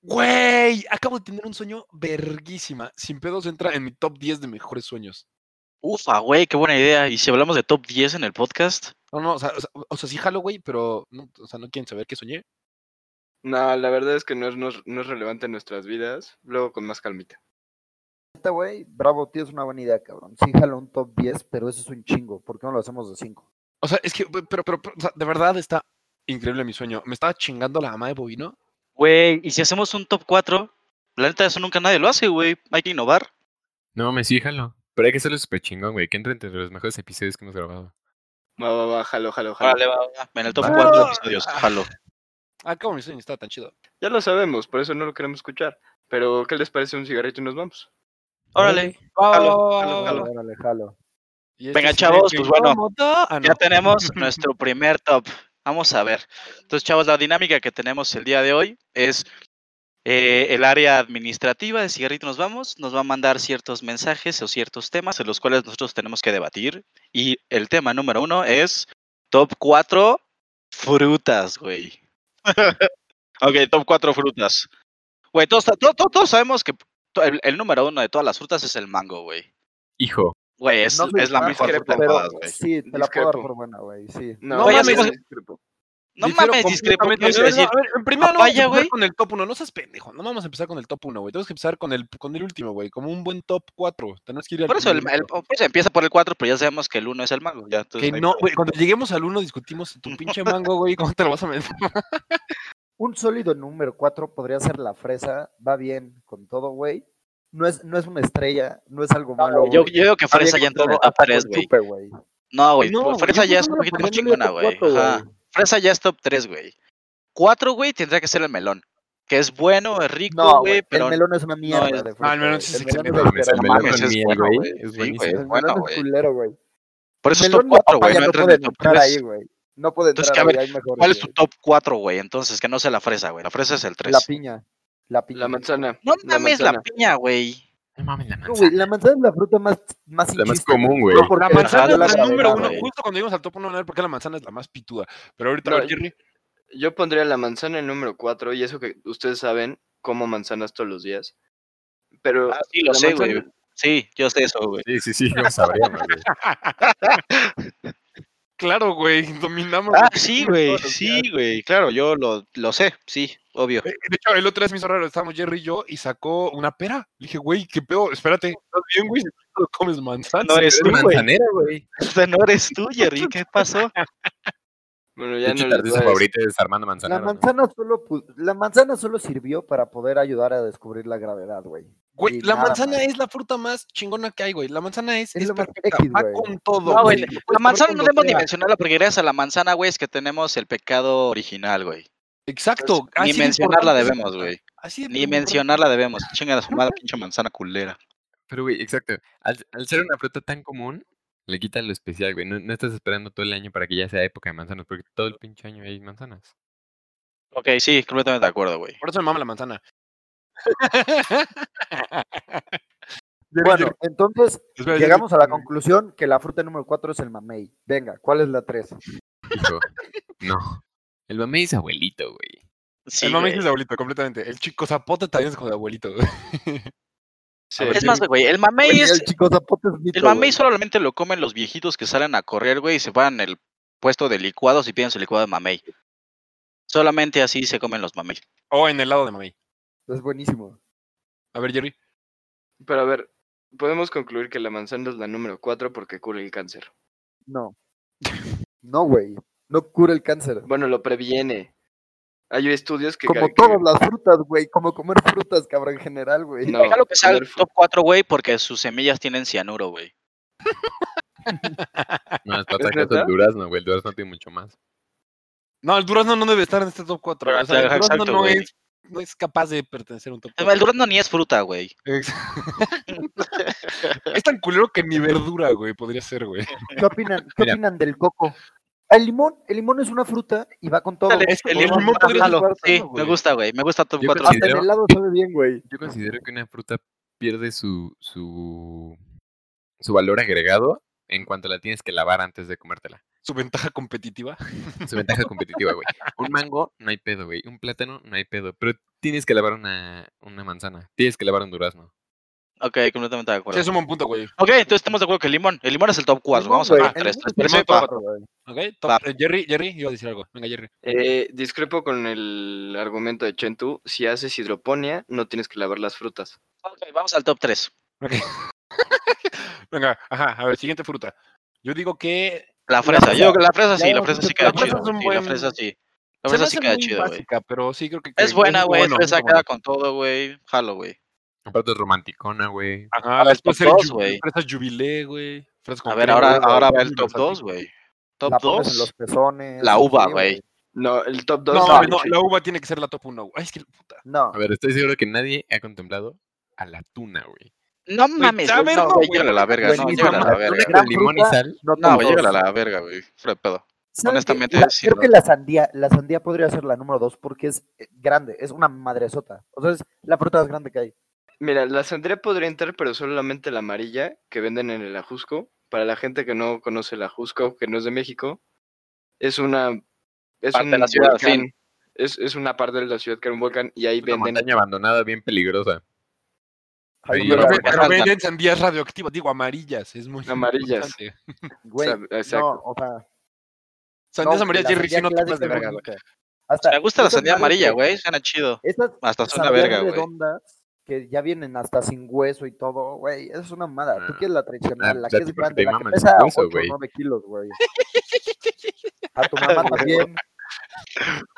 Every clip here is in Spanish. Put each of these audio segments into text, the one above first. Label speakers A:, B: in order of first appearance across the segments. A: Güey, acabo de tener un sueño verguísima. Sin pedos entra en mi top 10 de mejores sueños.
B: Ufa, güey, qué buena idea. ¿Y si hablamos de top 10 en el podcast?
A: No, no, o sea, o sea, o sea, sí jalo, güey, pero no, o sea, no quieren saber qué soñé.
C: No, la verdad es que no es, no, es- no es relevante en nuestras vidas. Luego con más calmita.
D: Este güey, bravo, tío, es una buena idea, cabrón. Sí, jala un top 10, pero eso es un chingo. ¿Por qué no lo hacemos de 5?
A: O sea, es que, pero, pero, pero, o sea, de verdad está increíble mi sueño. Me estaba chingando la mamá de bovino.
B: Güey, ¿y si hacemos un top 4? La neta, eso nunca nadie lo hace, güey. Hay que innovar.
E: No, me sí, jalo. Pero hay que hacerlo súper chingón, güey. Que entre entre los mejores episodios que hemos grabado.
C: Va, va, va, jalo, jalo, jalo.
B: Órale, va, va. En el top
A: Va.
B: 4 episodios, jalo.
A: Acabo Ah, mi sueño, estaba tan chido.
C: Ya lo sabemos, por eso no lo queremos escuchar. Pero, ¿qué les parece un cigarrito y nos vamos?
B: Órale.
A: Jalo,
C: jalo, jalo.
D: Órale, jalo.
A: Oh, Y este
B: Venga,
A: sí me
B: chavos, pues
A: pegó
B: bueno.
A: moto. Ah,
B: Ya
A: no.
B: tenemos nuestro primer top. Vamos a ver. Entonces, chavos, la dinámica que tenemos el día de hoy es eh, el área administrativa de Cigarrito Nos Vamos. Nos va a mandar ciertos mensajes o ciertos temas en los cuales nosotros tenemos que debatir. Y el tema número uno es top 4 frutas, güey. ok, top 4 frutas. Güey, todos, sa- to- to- todos sabemos que to- el, el número uno de todas las frutas es el mango, güey.
E: Hijo.
B: Güey, es,
C: No
B: es la mejor
C: discrepo,
B: fruta de
D: Pero
B: todas, güey.
D: sí, te la puedo dar
C: Discrepo.
D: por buena, güey, sí.
A: No
C: ya
B: mames,
C: sé,
B: güey.
C: discrepo.
B: No
A: Difiero
B: mames, discrepo. ¿qué
A: completamente.
B: ibas a
A: A ver,
B: decir?
A: a ver, en primero no vamos a
B: Papaya,
A: empezar
B: güey.
A: con el top 1, no seas pendejo. No vamos a empezar con el top 1, güey. Tenemos que empezar con el, con el último, güey. Como un buen top 4. Tenemos que ir al
B: Por eso, el,
A: primerito.
B: el- por eso empieza por el 4, pero ya sabemos que el 1 es el mago. Ya, entonces
A: Que
B: no hay
A: no,
B: pedo.
A: güey, cuando lleguemos al 1 discutimos tu pinche mango, güey, ¿cómo te lo vas a meter?
D: Un sólido número 4 podría ser la fresa. Va bien con todo, güey. No es, no es una estrella, no es algo malo.
B: yo,
D: güey.
B: yo digo que
D: Va bien
B: Fresa ya
D: con
B: entra en el
D: todo,
B: top
D: hasta
B: 3,
D: con
B: güey.
D: chupe, güey.
B: No, güey,
A: No,
B: pues
A: güey,
B: Fresa
A: yo creo
B: ya es
A: que
B: un
A: no,
B: poquito
A: por
B: más
A: ejemplo,
B: chingona,
A: yo top
B: güey.
A: cuatro, güey.
B: Ajá. Fresa ya es top 3, güey. 4, güey, tendría que ser el melón. Que es bueno, es rico,
D: No,
B: güey,
D: güey,
B: pero...
D: el melón es una mierda.
B: es-
D: de
A: No, el
D: fruta,
A: melón
D: güey.
A: sí es
D: melón
A: excelente,
D: de
E: mames, el
D: verano,
E: melón
D: güey.
B: mames,
E: con
B: es
E: miel,
B: bueno,
E: güey,
B: güey.
E: es
B: Sí,
E: buenísimo.
B: güey, es
D: El melón
B: bueno,
D: es
B: güey.
D: culero, güey.
B: Por eso es top
D: Melón de
B: 4, güey,
D: papaya
B: no
D: no
B: entra en
D: puede
B: el top
D: entrar ahí,
B: 3.
D: güey. No puede
B: Entonces,
D: entrar
B: a ver,
D: ahí, hay mejores,
B: ¿Cuál es tu
D: güey.
B: top 4, güey? Entonces, que no sea la fresa, güey. La fresa es el
D: La
B: 3.
D: piña. La piña.
C: La manzana.
B: No
C: la
B: mames la
C: manzana.
B: piña, güey.
E: No mames, la
D: No, güey,
E: manzana.
D: la manzana es la fruta más, más sin
E: La más
D: chiste,
E: común, güey.
D: Solo porque
A: La
D: la
A: manzana
B: Ajá,
A: es la,
B: la
D: verdadera,
A: número uno.
B: güey.
A: Justo cuando llegamos al top 1 van a ver por qué la manzana es la más pituda. Pero ahorita,
C: No,
A: a ver, Jerry.
C: Yo pondría la manzana en número 4, y eso que ustedes saben, como manzanas todos los días. Pero
B: Ah, sí, lo
C: la
B: sé, güey.
C: manzana-
B: Sí, yo sé eso, güey.
E: Sí, sí, sí, yo sabría, más, güey.
A: Claro, güey, dominamos.
B: Ah, sí, güey,
A: todos los días.
B: sí, güey, claro, yo lo, lo sé, sí, obvio.
A: Eh, De hecho, el otro día se me hizo raro, estábamos Jerry y yo y sacó una pera. Le dije, güey, qué pedo, espérate, ¿estás bien, güey? Si tú no comes manzana.
B: No eres tú,
E: Una
B: güey.
E: manzanera, güey.
B: Esta no eres tú, Jerry, ¿qué pasó?
C: Bueno,
E: De
C: ya
E: hecho,
C: no
E: tu
C: les voy a
E: artista
C: decir.
E: favorita es Armando
D: La
E: Manzanero. ¿no?
D: manzana, solo, pu- la manzana solo sirvió para poder ayudar a descubrir la gravedad, güey.
A: Güey,
D: Y
A: la
D: nada
A: manzana
D: más.
A: es la fruta más chingona que hay, güey. La manzana es,
D: Es
A: es
D: lo más
A: perfecta,
D: X,
A: va
D: güey.
A: con todo.
B: No, güey,
A: güey, lo puedes
B: La
A: comer
B: manzana no
A: cuando
B: debemos ni
A: sea.
B: mencionarla porque gracias a la manzana, güey, es que tenemos el pecado original, güey.
A: Exacto.
B: Ni
A: así de
B: mencionarla
A: importante ah, es-
B: debemos, güey.
A: así de
B: Ni
A: importante.
B: mencionarla debemos. Chinga la sumada, pinche manzana culera.
E: Pero, güey, exacto. Al, al ser una fruta tan común, le quita lo especial, güey. No, no estás esperando todo el año para que ya sea época de manzanas, porque todo el pinche año hay manzanas.
B: Ok, sí, completamente de acuerdo, güey.
A: Por eso me mama la manzana.
D: Bueno, entonces
A: Espera, Jerry,
D: llegamos a la
A: espérame.
D: conclusión que la fruta número 4 es el mamey. Venga, ¿cuál es la 3?
E: Hijo, no. El mamey es abuelito, güey.
B: Sí,
A: el mami
B: güey.
A: es de abuelito, completamente. El chico zapote también es como de abuelito. güey.
C: Sí,
B: Es más, güey, el mamey
D: Güey,
B: es...
D: el chico zapote es mito,
B: El mamey
D: güey.
B: solamente lo comen los viejitos que salen a correr, güey, y se van al puesto de licuados y piden su licuado de mamey. Solamente así se comen los mamey.
A: O en el lado de mami.
D: Es buenísimo.
A: A ver, Jerry.
C: pero a ver, podemos concluir que la manzana es la número 4 porque cura el cáncer.
D: No. No, güey. No cura el cáncer.
C: Bueno, lo previene. Hay estudios que...
D: Como
C: que-
D: todas las frutas, güey. Como comer frutas, cabrón, en general, güey.
C: No,
B: Déjalo que sea el
C: comer fru-
B: top 4, güey, porque sus semillas tienen cianuro, güey.
E: No, es
C: ¿Es
E: para sacar
C: neta?
E: el durazno, güey. El durazno tiene mucho más.
A: No, el durazno no debe estar en este top 4.
B: Pero
A: O sea, el
B: ajá,
A: durazno
B: Ah, exacto,
A: no,
B: güey.
A: es, no es capaz de pertenecer a un top
B: Es más,
A: 4.
B: El durazno ni es fruta, güey.
A: es tan culero que ni verdura, güey, podría ser, güey.
D: ¿Qué opinan, qué
E: Mira.
D: opinan del coco? El limón, el limón es una fruta y va con todo.
B: Dale,
D: güey.
A: es que el
D: Lo vamos
A: limón
D: a
A: podría
D: dejar
B: Jalo.
D: guardado,
B: Sí, me
D: güey.
B: gusta, güey. Me gusta top
E: Yo
B: 4.
E: creo
D: Hasta en
E: Considero-
D: helado sabe bien, güey.
E: Yo considero que una fruta pierde su, su, su valor agregado en cuanto la tienes que lavar antes de comértela.
A: Su ventaja competitiva.
E: Su ventaja competitiva, güey. Un mango, no hay pedo, güey. Un plátano, no hay pedo. Pero tienes que lavar una, una manzana. Tienes que lavar un durazno.
B: Ok, completamente de
A: Sí,
B: acuerdo.
A: es un buen punto, güey.
B: Ok, entonces estamos de acuerdo que el limón. El limón es el top 4.
D: Limón,
B: Vamos a
D: güey,
B: ver
D: el
B: tres.
D: limón
B: tres
D: es el
B: primer
D: top
B: top.
D: cuatro, güey.
A: Ok, top.
B: Va.
A: Eh, Jerry, Jerry, iba a decir algo. Venga, Jerry.
C: Eh, discrepo con el argumento de Chentu. Si haces hidroponía, no tienes que lavar las frutas.
B: Ok, vamos al top 3.
A: Venga, ajá, a ver, siguiente fruta. Yo digo que.
B: La fresa.
D: fresa.
B: Yo creo que la fresa
D: Ya
B: sí, la
D: hemos
B: fresa
D: dicho
B: sí
D: que
B: queda
D: la fresa
B: chido.
A: es un
B: sí, La
A: buen-
B: fresa sí. La
A: se me
B: fresa sí
A: hace
B: queda
A: muy
B: chido, güey.
A: básica, pero sí creo que.
B: Es
A: que-
B: buena, güey.
A: bueno,
B: esa fresa
A: es buena.
B: queda con todo, güey. Jalo, güey.
E: Aparte es romanticona, güey.
A: Ajá,
B: ver,
A: después
B: top
A: ser
B: dos,
A: ju-
B: güey.
A: fresas jubilé, güey. fresas con
B: A ver,
A: crema,
B: ahora,
A: güey,
B: ahora va
A: muy
B: el top
A: versátil.
B: 2, güey. Top
D: La pones en
B: 2.
D: los pezones.
B: la uva,
D: sí,
B: güey.
C: No, el top 2.
A: No, mames, no, la uva tiene que ser la top 1. Ay, es que puta.
D: No,
E: A ver, estoy seguro que nadie ha contemplado a la tuna, güey.
B: No mames,
A: ya
B: güey.
A: ves,
B: No,
A: no,
B: güey,
A: güey.
B: llégale a la verga. No,
D: Buenísima
B: llégale a la
D: maratón
B: verga.
D: Gran
E: Con limón y
D: fruta.
E: sal.
D: no pues,
B: No, güey,
D: todos.
B: llégale a la verga, güey. Fuera de pedo.
D: ¿Saben qué?
B: honestamente,
D: La-
B: sí,
D: creo
B: no.
D: que la sandía, la sandía podría ser la número dos porque es eh, grande, es una madresota. O sea, es la fruta más grande que hay.
C: Mira, la sandría podría entrar, pero solamente la amarilla que venden en el Ajusco. Para la gente que no conoce el Ajusco, que no es de México, es una. Es
B: Parte de
C: un
B: la ciudad, sí.
C: volcán, Es, es una parte de la ciudad que era un volcán y ahí
E: Una
C: venden.
E: montaña abandonada bien peligrosa. Ahí
D: Ay,
E: yo
A: Pero,
E: la
D: güey,
A: ve-
E: voy a
A: pero
B: pasar.
A: venden sandías radioactivas, digo amarillas, es muy
C: Amarillas.
A: importante.
D: güey,
C: Sab- exacto.
D: no, o sea,
A: Sandías
D: no,
A: amarillas,
D: la
A: Jerry, si
D: sandía
A: no te
D: clásica
A: pasas de
D: es
A: verga, güey.
D: bonita. Hasta
B: Me gusta la
D: esas
B: sandía
D: madres
B: amarilla,
D: que-
B: güey. Suena chido.
D: Estas
B: Hasta suena
D: sandías
B: verga, güey.
D: redondas que ya vienen hasta sin hueso y todo, güey, esa es una mamada. Tú
E: Ah,
D: quieres la tradicional,
E: ah,
D: la
E: ya
D: que
E: te-
D: es
E: porque
D: grande,
E: te
D: la que
E: maman sin
D: pesa
E: hueso,
D: 8 o
E: güey. Ah,
D: 9 kilos, güey. A tu mamá también.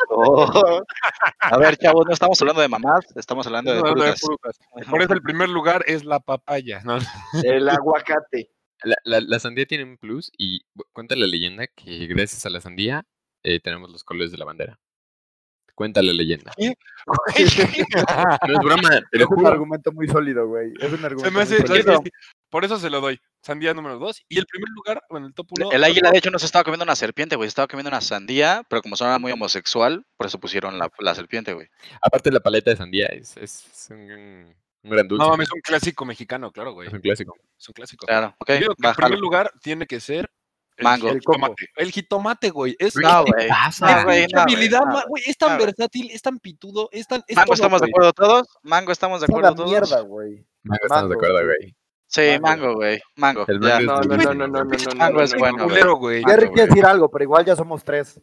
B: Oh. A ver, chavos, no estamos hablando de mamás, estamos hablando de
A: No, no, no,
B: frutas.
A: frutas. Por eso el primer lugar es la papaya. ¿no?
C: El aguacate.
E: La, la- la sandía tiene un plus y bu- cuenta la leyenda que gracias a la sandía eh, tenemos los colores de la bandera. Cuenta la leyenda. No es broma, te lo
D: Es un
E: juro.
D: argumento muy sólido, güey. Es un argumento
A: Se me hace,
D: muy
A: sí, sí,
D: sólido.
A: sí. Por eso se lo doy. Sandía número 2. Y el primer lugar, bueno, el top 1.
B: El águila, de hecho, no se estaba comiendo una serpiente, güey. se Estaba comiendo una sandía, pero como sonaba muy homosexual, por eso pusieron la, la serpiente, güey.
E: Aparte la paleta de sandía es, es- es un, un- un gran dulce.
A: No mames, es un clásico mexicano, claro, güey.
E: es un clásico.
A: Es un clásico.
B: Claro, ok.
A: Yo digo que
B: va,
A: el primer
B: jalo.
A: lugar tiene que ser
B: Mango.
A: El
D: El coco.
A: jitomate. El jitomate, Pues, güey. Es
B: No, güey.
E: pasa?
B: No, güey,
A: la
B: no, güey,
A: habilidad,
B: no,
A: ma-
B: güey.
A: güey, es tan
B: no, güey.
A: versátil, es tan pitudo, es tan. es
B: Mango,
A: todo,
B: Ah, pues ¿estamos de
A: güey.
B: acuerdo todos? Mango, ¿estamos de
D: Es
B: acuerdo
D: una
B: todos?
D: mierda, güey.
E: Mango, estamos
D: Mango,
E: de acuerdo,
D: sí.
E: güey.
B: Sí,
D: Mango.
B: mango, güey. Mango.
E: El
B: ya.
C: No,
E: mango es
C: no, no,
E: dulce,
C: no, no, no,
E: güey.
C: no, no,
B: Mango
C: no,
B: es
C: no,
B: bueno,
C: no.
A: culero, güey.
E: Ah,
D: Jerry
E: güey.
D: quiere decir algo, pero igual ya somos tres.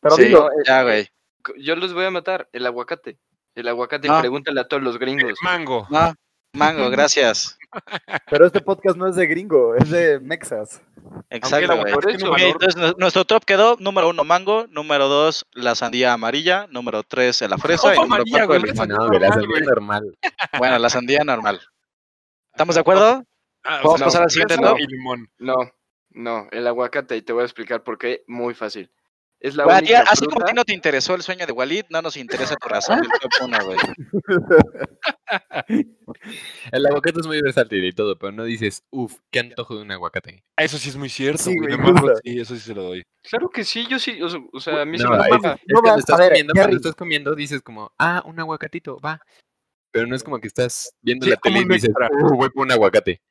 D: Pero
B: Sí,
D: digo, eh,
B: ya, güey.
C: Yo los voy a matar. El aguacate. El aguacate,
B: No.
C: pregúntale a todos los
A: Pues,
C: gringos.
A: Mango.
B: No, mango, gracias.
D: pero este podcast no es de gringo, es de mexas.
B: Exacto,
A: la
B: güey.
A: mejor
C: Por
A: es
C: eso,
A: un
B: Ok,
A: valor.
B: entonces nu- nuestro top quedó número uno mango, número dos la sandía amarilla, número tres la fresa y
A: Ojo,
B: número
A: amarilla,
B: cuatro el
A: güey,
B: limón.
A: sandía
E: No, güey, la
A: normal,
E: sandía
A: güey.
E: normal.
B: Bueno, la sandía normal. ¿Estamos de acuerdo?
A: Ah,
B: Vamos
A: no,
B: a pasar al siguiente,
A: fresa
B: ¿no?
A: Y limón.
C: No, no, el aguacate, y te voy a explicar por qué, muy fácil. Es la
B: Güey, a ti-
C: única
B: así como a
C: fruta,
B: ti no te interesó el sueño de Walid, no nos interesa tu razón del top uno, güey.
E: El aguacate es muy versátil y todo, pero no dices, uff, qué antojo de un aguacate.
A: Eso sí es muy cierto,
D: Sí,
A: güey.
D: güey,
A: de mango,
D: justo.
A: sí, eso sí se lo doy.
C: Claro que sí, yo sí, o sea, o sea, a mí se
E: No,
C: me
E: ahí
C: antoja.
E: sí. Es que
D: vas-
E: lo
D: a
E: estás
D: ver,
E: comiendo, cuando
D: Jerry.
E: estás comiendo dices como, ah, un aguacatito, va. Pero no es como que estás viendo
A: Sí,
E: la
A: es como
E: tele y
A: un
E: dices,
A: extra.
E: uh, voy por un aguacate.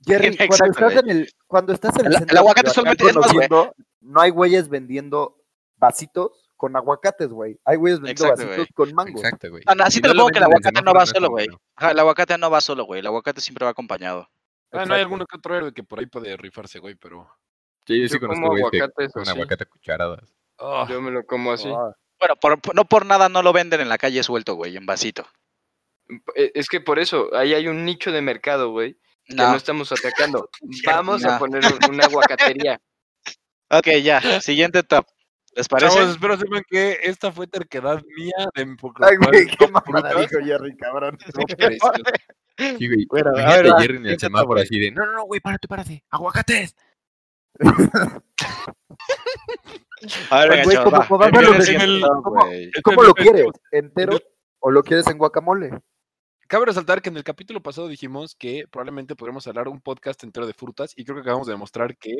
D: Jerry,
B: Mexa,
D: cuando estás
B: güey.
D: en el, cuando estás en el,
B: El-
D: centro
B: el
D: de
B: aguacate
D: Coyoacán
B: solamente- es más, güey.
D: conociendo, no hay güeyes vendiendo vasitos con aguacates, güey. Hay güeyes vendiendo
B: Exacto,
D: vasitos
B: güey.
D: con mango.
E: Exacto, güey.
B: Ah, no, así
E: Si
B: te lo
E: no
B: pongo que el
E: venden en
B: aguacate no va
E: semáforo,
B: solo,
E: es
B: güey.
E: como,
B: Ajá, El aguacate no va solo, güey. El aguacate siempre va acompañado.
A: Ah, no hay
D: Exacto.
A: alguno que otro héroe que por ahí puede rifarse, güey, pero.
E: Sí, yo sí
C: Yo
E: conozco
C: como
E: güeyes que
C: aguacates
E: comen
C: así.
E: aguacate a cucharadas.
A: Ah,
C: Yo me lo como así.
D: Ah,
B: Bueno, por- por- no por nada no lo venden en la calle suelto, güey, en vasito.
C: Eh, Es que por eso, ahí hay un nicho de mercado, güey, que no,
B: No.
C: estamos atacando. Vamos
B: no.
C: a poner un- una aguacatería.
B: Ok, ya. Siguiente top. ¿Les parece?
A: Chavos, espero sepan que esta fue terquedad mía de por la
D: Ay, güey,
A: cual
D: qué
A: top
D: mamada
A: frutas
D: dijo Jerry, cabrón.
E: Este
A: estuvo precioso.
E: Sí, güey.
B: Bueno, a
E: Imagínate
B: ver, va,
E: Jerry en el
B: siguiente
E: semáforo
B: tope.
E: así de, no, no, no, güey, párate, párate, aguacates.
B: A ver,
A: pues,
B: venga,
D: Güey,
B: chavos, va.
D: como papá
B: ¿Qué
A: no lo
B: viene
A: ve en
B: siendo
A: el-
B: top,
D: ¿cómo?
B: güey?
D: ¿Cómo
A: Este-
D: lo quieres? ¿Entero o lo quieres en guacamole?
A: Cabe resaltar que en el capítulo pasado dijimos que probablemente podremos hablar un podcast entero de frutas y creo que acabamos de demostrar que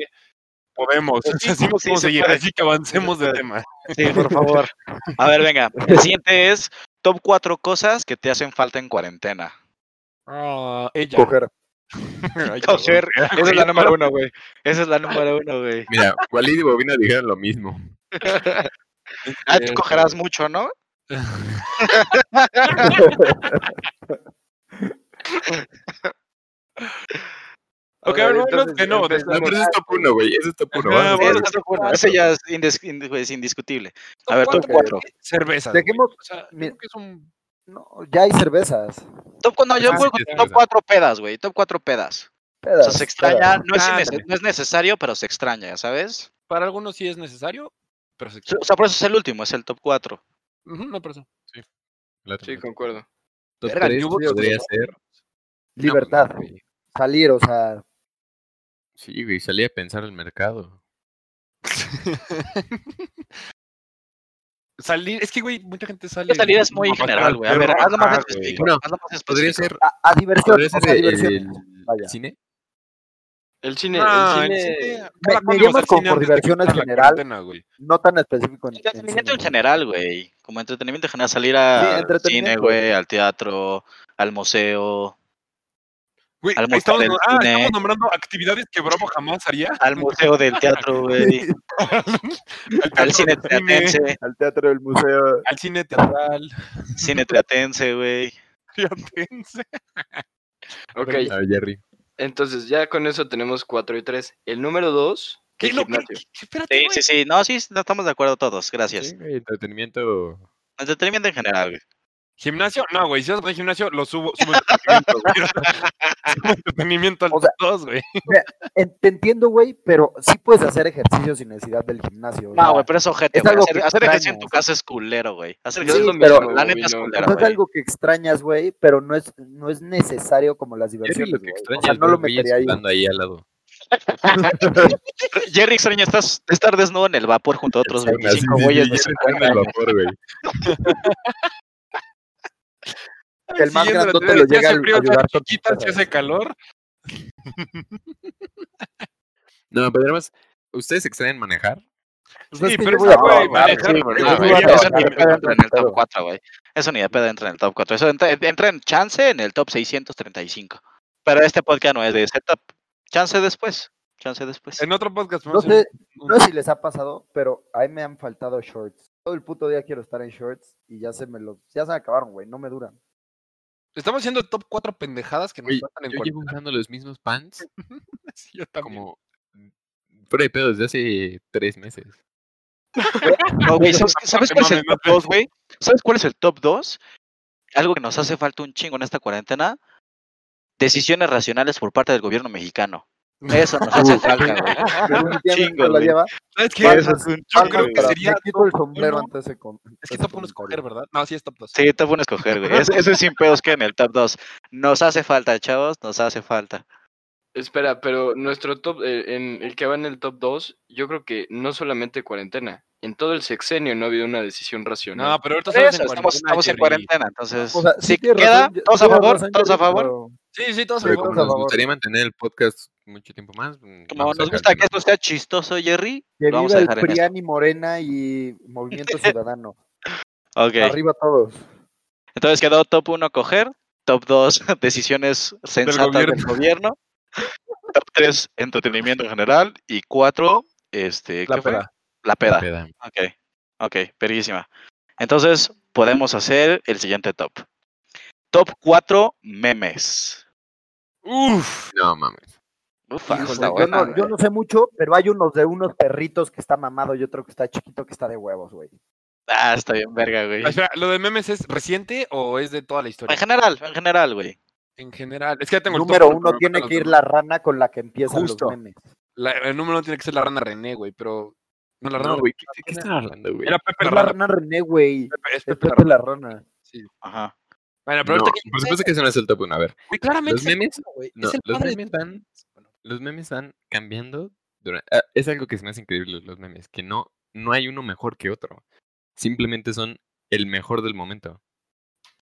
A: podemos.
B: Sí,
A: O sea, sí nos
B: sí
A: podemos
B: se
A: seguir,
B: puede.
A: así que avancemos de
B: puede.
A: tema.
B: Sí, por favor. A ver, venga. El siguiente es top cuatro cosas que te hacen falta en cuarentena.
A: Ah, ella.
D: Coger.
E: Ay,
B: No,
E: cabrón.
B: Fer, Esa es la número uno, güey. Esa es la número uno, güey.
E: Mira, Walid y Bobina dijeron lo mismo.
B: Ah, tú cogerás mucho, ¿no?
A: Ok, a ver, vámonos de nuevo, de-
E: No, pero eso es top uno, güey. Eso es top uno.
A: Ajá,
E: vamos.
A: bueno,
B: Ese- Ese ya es, indis- ind- güey, es indiscutible. A ver, top
D: Ok.
B: cuatro.
A: Cervezas. güey.
D: Dejemos,
A: O sea, yo
D: mira.
A: creo que es un
D: no, ya hay cervezas.
B: Top, cu- no, yo
E: Ah,
B: voy
E: sí,
B: con
E: sí,
B: top
E: sí.
B: cuatro pedas, güey. Top cuatro pedas. O sea,
D: Pedas,
B: se extraña,
D: pedas.
B: no es,
A: Ah,
B: innece-
A: también.
B: no es necesario, pero se extraña, ¿sabes?
A: Para algunos sí es necesario, pero se
B: O sea, por eso es el último, es el top cuatro.
A: Ujú, No, por eso.
E: La otra
C: Sí,
E: pregunta.
C: concuerdo.
E: Top
A: Verga,
E: tres
A: yo voy-
E: podría ser. No,
D: Libertad,
E: güey.
D: salir, o sea,
E: Sí, güey, salí a pensar el mercado.
A: Salir, es que, güey, mucha gente sale.
B: La salida es muy
A: a pasear
B: general,
A: al
B: güey. A
A: perro,
B: ver, este hazlo más
A: ajá,
B: específico.
A: güey.
E: Bueno,
B: hazlo más
E: Podría
B: específico.
E: ser,
D: a, a diversión.
E: podría
D: o
E: ser
D: sea,
E: el,
D: diversión.
E: el
D: vaya.
E: cine.
C: El cine,
A: No,
C: el
A: el
C: cine.
A: cine-
D: me
A: cada cuándo
D: llamo
A: ibas al
D: con-
A: cine antes de
D: por
A: que
D: diversión en
A: empezara la
D: general.
A: cuarentena, güey?
D: No tan específico en,
B: Entretenimiento en
D: cine.
B: general, güey. Como entretenimiento en general, salir
D: Sí,
B: al cine,
D: entretenimiento.
B: güey, al teatro, al museo,
A: Güey,
B: Al
A: ahí estamos,
B: mostrar el
A: ah,
B: cine.
A: estamos nombrando actividades que Bravo jamás haría.
B: al museo del teatro, güey, al cine teatense,
D: Al teatro del museo.
A: Al cine teatral.
B: cine teatense, güey.
A: teatense.
C: Ok,
E: A ver, Jerry.
C: entonces ya con eso tenemos cuatro y tres. El número dos,
A: ¿Qué?
C: el
A: No, pero-
C: gimnasio.
A: espérate,
B: Sí,
A: güey.
B: sí, sí, no, sí, no estamos de acuerdo todos, gracias.
E: Sí, güey, entretenimiento.
B: Entretenimiento en general, güey.
A: ¿Gimnasio? No, güey. Si vas a poner gimnasio, lo subo. Subo entretenimiento, güey. Subo entretenimiento al
D: O sea,
A: dos, güey.
D: En- te entiendo, güey, pero sí puedes hacer ejercicio sin necesidad del gimnasio. o sea,
B: No, güey, pero es ojete,
D: es
B: güey.
D: algo
B: Hacer,
D: que
B: hacer ejercicio en
D: extrañas.
B: tu casa es culero, güey. Hacer
C: No
D: Sí,
C: es
B: ejercicio
C: lo
B: en
D: pero-
C: mismo,
B: la
C: güey,
B: neta es
C: no.
D: o sea,
B: culero,
D: es
B: güey.
D: algo que extrañas, güey, pero no es, no es necesario como las
E: Jerry,
D: diversiones.
E: lo que
D: güey.
E: extraña
D: o sea,
E: es
D: no lo
E: ver güeyes
D: metería ahí.
E: jugando ahí al lado.
B: Jerry extraña estás, estar desnudo en el vapor junto a otros
E: Exacto, así,
B: 25
E: sí, sí,
B: güeyes de
E: Jerry
B: 50
E: jugando al
B: años.
E: vapor, güey.
D: el más
A: Siguiendo la
D: grandote
A: teoría,
D: lo
A: si
D: llega
A: hace
D: a
A: frío,
D: ayudar
A: si
D: con
A: chiquitas, si
D: chiquitas.
A: hace calor.
E: No, pero además, ¿ustedes extrañan manejar?
D: Pues no es
A: Sí,
D: que
A: pero
D: yo
A: ese
D: voy a
A: güey
D: trabajar,
A: maneja,
D: güey,
A: güey,
D: yo
B: No,
A: Ah,
D: voy
B: güey,
D: a
A: ya
B: eso
D: trabajar,
B: ni de
D: pero
B: pedo entra en el
D: pero-
B: top 4, güey. Eso ni de pedo entra en el top 4. Eso entra, entra en chance en el top 635. Pero este podcast no es de ese top. Chance después. Chance después.
A: En otro podcast.
D: No
A: vamos a hacer
D: sé,
A: un-
D: no sé si les ha pasado, pero a mí me han faltado shorts. Todo el puto día quiero estar en shorts y ya se me los, ya se me acabaron, güey, no me duran.
A: Estamos haciendo top 4 pendejadas que nos
E: Güey,
A: faltan en
E: Yo llevo usando los mismos pants
A: cuarentena. Sí, yo también.
E: como fuera de pedo desde hace tres meses.
B: No, güey, ¿sabes, sabes cuál es
A: mames,
B: el
A: no
B: top 2, güey? ¿Sabes cuál es el top 2? Algo que nos hace falta un chingo en esta cuarentena. Decisiones racionales por parte del gobierno mexicano. Eso nos hace falta, güey.
D: Definitivamente
B: chingo,
D: no la
B: güey.
D: lleva.
A: ¿Sabes qué?
D: Vale,
A: Eso
D: pues,
A: Yo
D: vale,
A: creo que
D: pero
A: sería
D: Me quito el
A: top
D: sombrero
A: uno.
D: ante ese con. ante
A: Es que
D: ese
A: top 1 es coger,
D: comentario.
A: ¿verdad? No, sí es top 2.
B: Sí, top 1 escoger, güey. Es- Eso es sin pedos que en el top 2. Nos hace falta, chavos, nos hace falta.
C: Espera, pero nuestro top, eh, en el que va en el top 2, yo creo que no solamente cuarentena, en todo el sexenio no ha habido una decisión racional.
A: No, pero ahorita
B: Por eso,
A: estamos en
B: estamos,
A: cuarentena.
B: estamos en
A: Jerry.
B: cuarentena, entonces.
D: O sea, sí
B: si
D: tienes
B: queda,
D: razón, yo-
B: todos a
D: tienes
B: favor,
D: razón,
B: todos a
D: Jerry,
B: favor.
D: pero-
A: Sí, sí, todos a
E: Pero
A: favor.
E: como
D: por
E: nos
D: favor.
E: gustaría mantener el podcast mucho tiempo más, mm,
B: Como nos
E: vamos a dejar
B: gusta
E: el
B: que esto
E: tema.
B: sea chistoso, Jerry,
D: Que
B: lo vamos
D: viva
B: a
D: el
B: dejar en esto.
D: PRIAN y Morena y Movimiento Ciudadano.
B: Ok.
D: Arriba todos.
B: Pues Entonces quedó top 1 coger, top 2 decisiones sensatas del gobierno,
A: gobierno.
B: top 3 entretenimiento en general y 4 este,
A: La
B: ¿qué fue?
A: peda.
B: La peda.
E: Peda.
B: Ok, ok, perísima. Entonces podemos hacer el siguiente top. Top 4 memes.
A: Uf.
E: No mames.
B: Ufa,
D: Híjole,
B: está
D: Pues
B: eh.
D: yo,
B: buena,
D: no,
B: güey.
D: yo no sé mucho, pero hay unos de unos perritos que está mamado y otro que está chiquito que está de huevos, güey.
B: Ah, está bien, verga, güey.
A: Espera, ¿lo de memes es reciente o es de toda la historia?
B: En general, en general, güey.
A: En general. Es que ya tengo el top
D: Número
A: uno, pero
D: uno
A: me
D: tiene
A: faltan
D: que ir
A: los
D: la rana con la que empiezan
A: Justo.
D: los memes.
A: demás. La- el número uno tiene que ser la rana René, güey, pero. No, la rana
E: No,
A: René.
E: güey, ¿qué, qué están hablando, güey?
A: Era Pepe
D: Es
A: la
D: la
A: rana.
D: rana René, güey.
A: Pepe, es
D: Es
A: Pepe la
D: Pepe
A: rana.
D: la rana.
A: Sí.
B: Ajá.
A: Bueno, pero
E: No,
A: ahorita que-
E: por supuesto que eso no es el top 1. A ver,
A: Güey, claramente.
E: Los
A: es el
E: memes,
A: uno, güey,
E: no,
A: es el
E: los
A: padre de
E: memes
A: todo.
E: van- los memes van cambiando. dura- ah, es algo que se me hace increíble los memes, que no, no hay uno mejor que otro. Simplemente son el mejor del momento.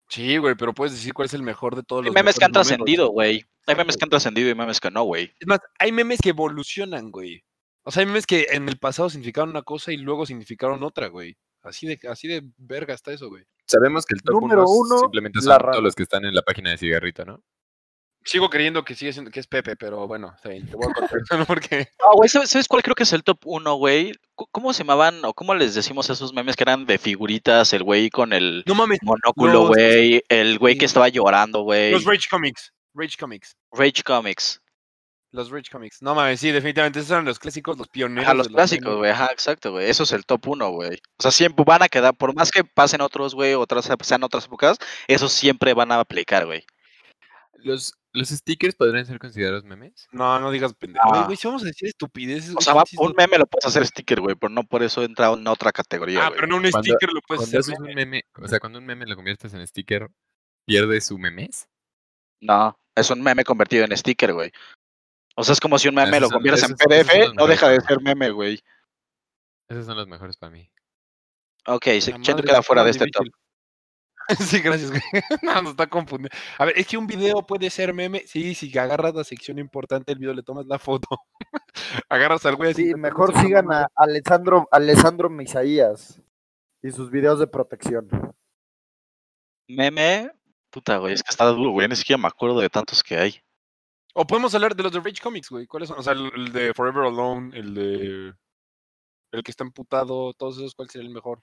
A: Sí, güey, pero puedes decir cuál es el mejor de todos
B: Hay
A: los
B: memes que han
A: mejores momentos.
B: trascendido, güey. Hay memes que han trascendido y memes que no, güey.
A: Es más, hay memes que evolucionan, güey. O sea, hay memes que en el pasado significaron una cosa y luego significaron otra, güey. Así de, así de verga está eso, güey.
E: Sabemos que el top
D: Número
E: uno
D: uno,
E: simplemente
D: la
E: son
D: rana.
E: todos los que están en la página de cigarrito, ¿no?
A: Sigo creyendo que sigue siendo que es Pepe, pero bueno, está bien, te voy a contestar porque
B: No, Ah, güey, ¿sabes, sabes cuál creo que es el top 1, güey? Cu- ¿Cómo se llamaban o cómo les decimos a esos memes que eran de figuritas? El güey con el
A: no mames,
B: monóculo,
A: Los-
B: güey. El güey que estaba llorando, güey.
A: los Rage Comics, Rage Comics,
B: Rage Comics.
A: los Rage Comics. No mames, sí, definitivamente esos eran los clásicos, los pioneros
B: Ajá, los
A: de
B: clásicos,
A: memes.
B: güey. Ajá, exacto, güey. Eso es el top 1, güey. O sea, siempre van a quedar, por más que pasen otros, güey, otras, sean otras épocas, esos siempre van a aplicar, güey.
E: Los, los stickers podrían ser considerados memes.
A: No, no digas pendejo. Oye,
B: Ah.
A: Güey, si vamos a decir estupideces,
B: O
A: güey,
B: sea, va-
A: pinches
B: un
A: dos-
B: meme lo puedes hacer sticker, güey, pero no por eso entra en otra categoría,
A: Ah,
B: güey.
A: pero no un
E: Cuando-
A: sticker lo puedes
E: Cuando
A: hacer.
E: haces un meme, o sea, cuando un meme lo conviertes en sticker, pierde su memes.
B: No, es un meme convertido en sticker, güey. O sea, es como si un meme
E: Esos
B: lo
E: son-
B: conviertes en
E: esos- esos son
B: PDF,
E: los
B: no deja de
E: mejores.
B: ser meme, güey.
E: Esos son los mejores para mí.
B: Ok,
A: La
B: se Cheto
A: madre,
B: queda
A: está
B: fuera de
A: más
B: este top.
A: difícil. Sí, gracias, güey. No, nos está confundiendo. A ver, es que un video puede ser meme. Sí, si agarras la sección importante del video, le tomas la foto. agarras al güey así.
D: Sí,
A: le
D: mejor
A: tomas una
D: sigan
A: mamada.
D: a Alessandro, Alessandro Misaías y sus videos de protección.
B: Meme, puta, güey, es que está duro, güey. Ni siquiera me acuerdo de tantos que hay.
A: O podemos hablar de los de Rage Comics, güey. ¿Cuáles son? O sea, el, el de Forever Alone, el de. El que está emputado, todos esos, ¿cuál sería el mejor?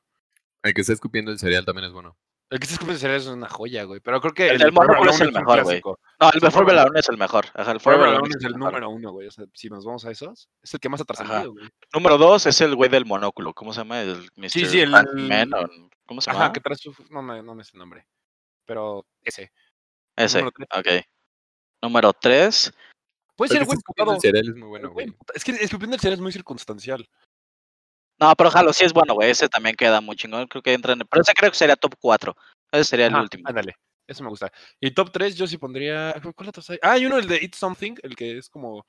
E: El que está escupiendo el cereal también es bueno.
A: El que se escupe cereal es una joya, güey. Pero creo que
B: El del
A: Forever
B: monóculo es
A: Alone
B: el
A: un
B: mejor, güey.
A: clásico.
B: No, el
A: Sí,
B: de Forever
A: Forever
B: Alone es el mejor. Ajá,
A: Forever
B: el Forever
A: Alone
B: Alone
A: es el
B: mejor.
A: número uno, güey. O sea, si nos vamos a esos, es el que más ha trascendido, güey.
B: Número dos es el güey del monóculo. ¿Cómo se llama? El Mr.
A: Sí, sí, el-
B: Batman, o- ¿Cómo se llama?
A: Ajá, que trae su. No me, no me sé el nombre. Pero ese.
B: Ese,
A: número tres.
B: ok. Número tres.
A: Puede ser Pues el
E: que
A: güey
E: está escupiendo
A: emputado.
E: el cereal es muy
A: Pero,
E: bueno,
A: güey,
E: güey.
A: puta, Es que escupiendo el cereal es muy circunstancial.
B: No, pero ojalá, sí es bueno, güey. Ese también queda muy chingón. Creo que entra en... Pero ese creo que sería top 4. Ese sería el
A: Ajá,
B: último.
A: Ándale, eso me gusta. Y top 3 yo sí pondría... ah, ¿Cuál otro hay? Ah, hay uno, el de Eat Something, el que es como...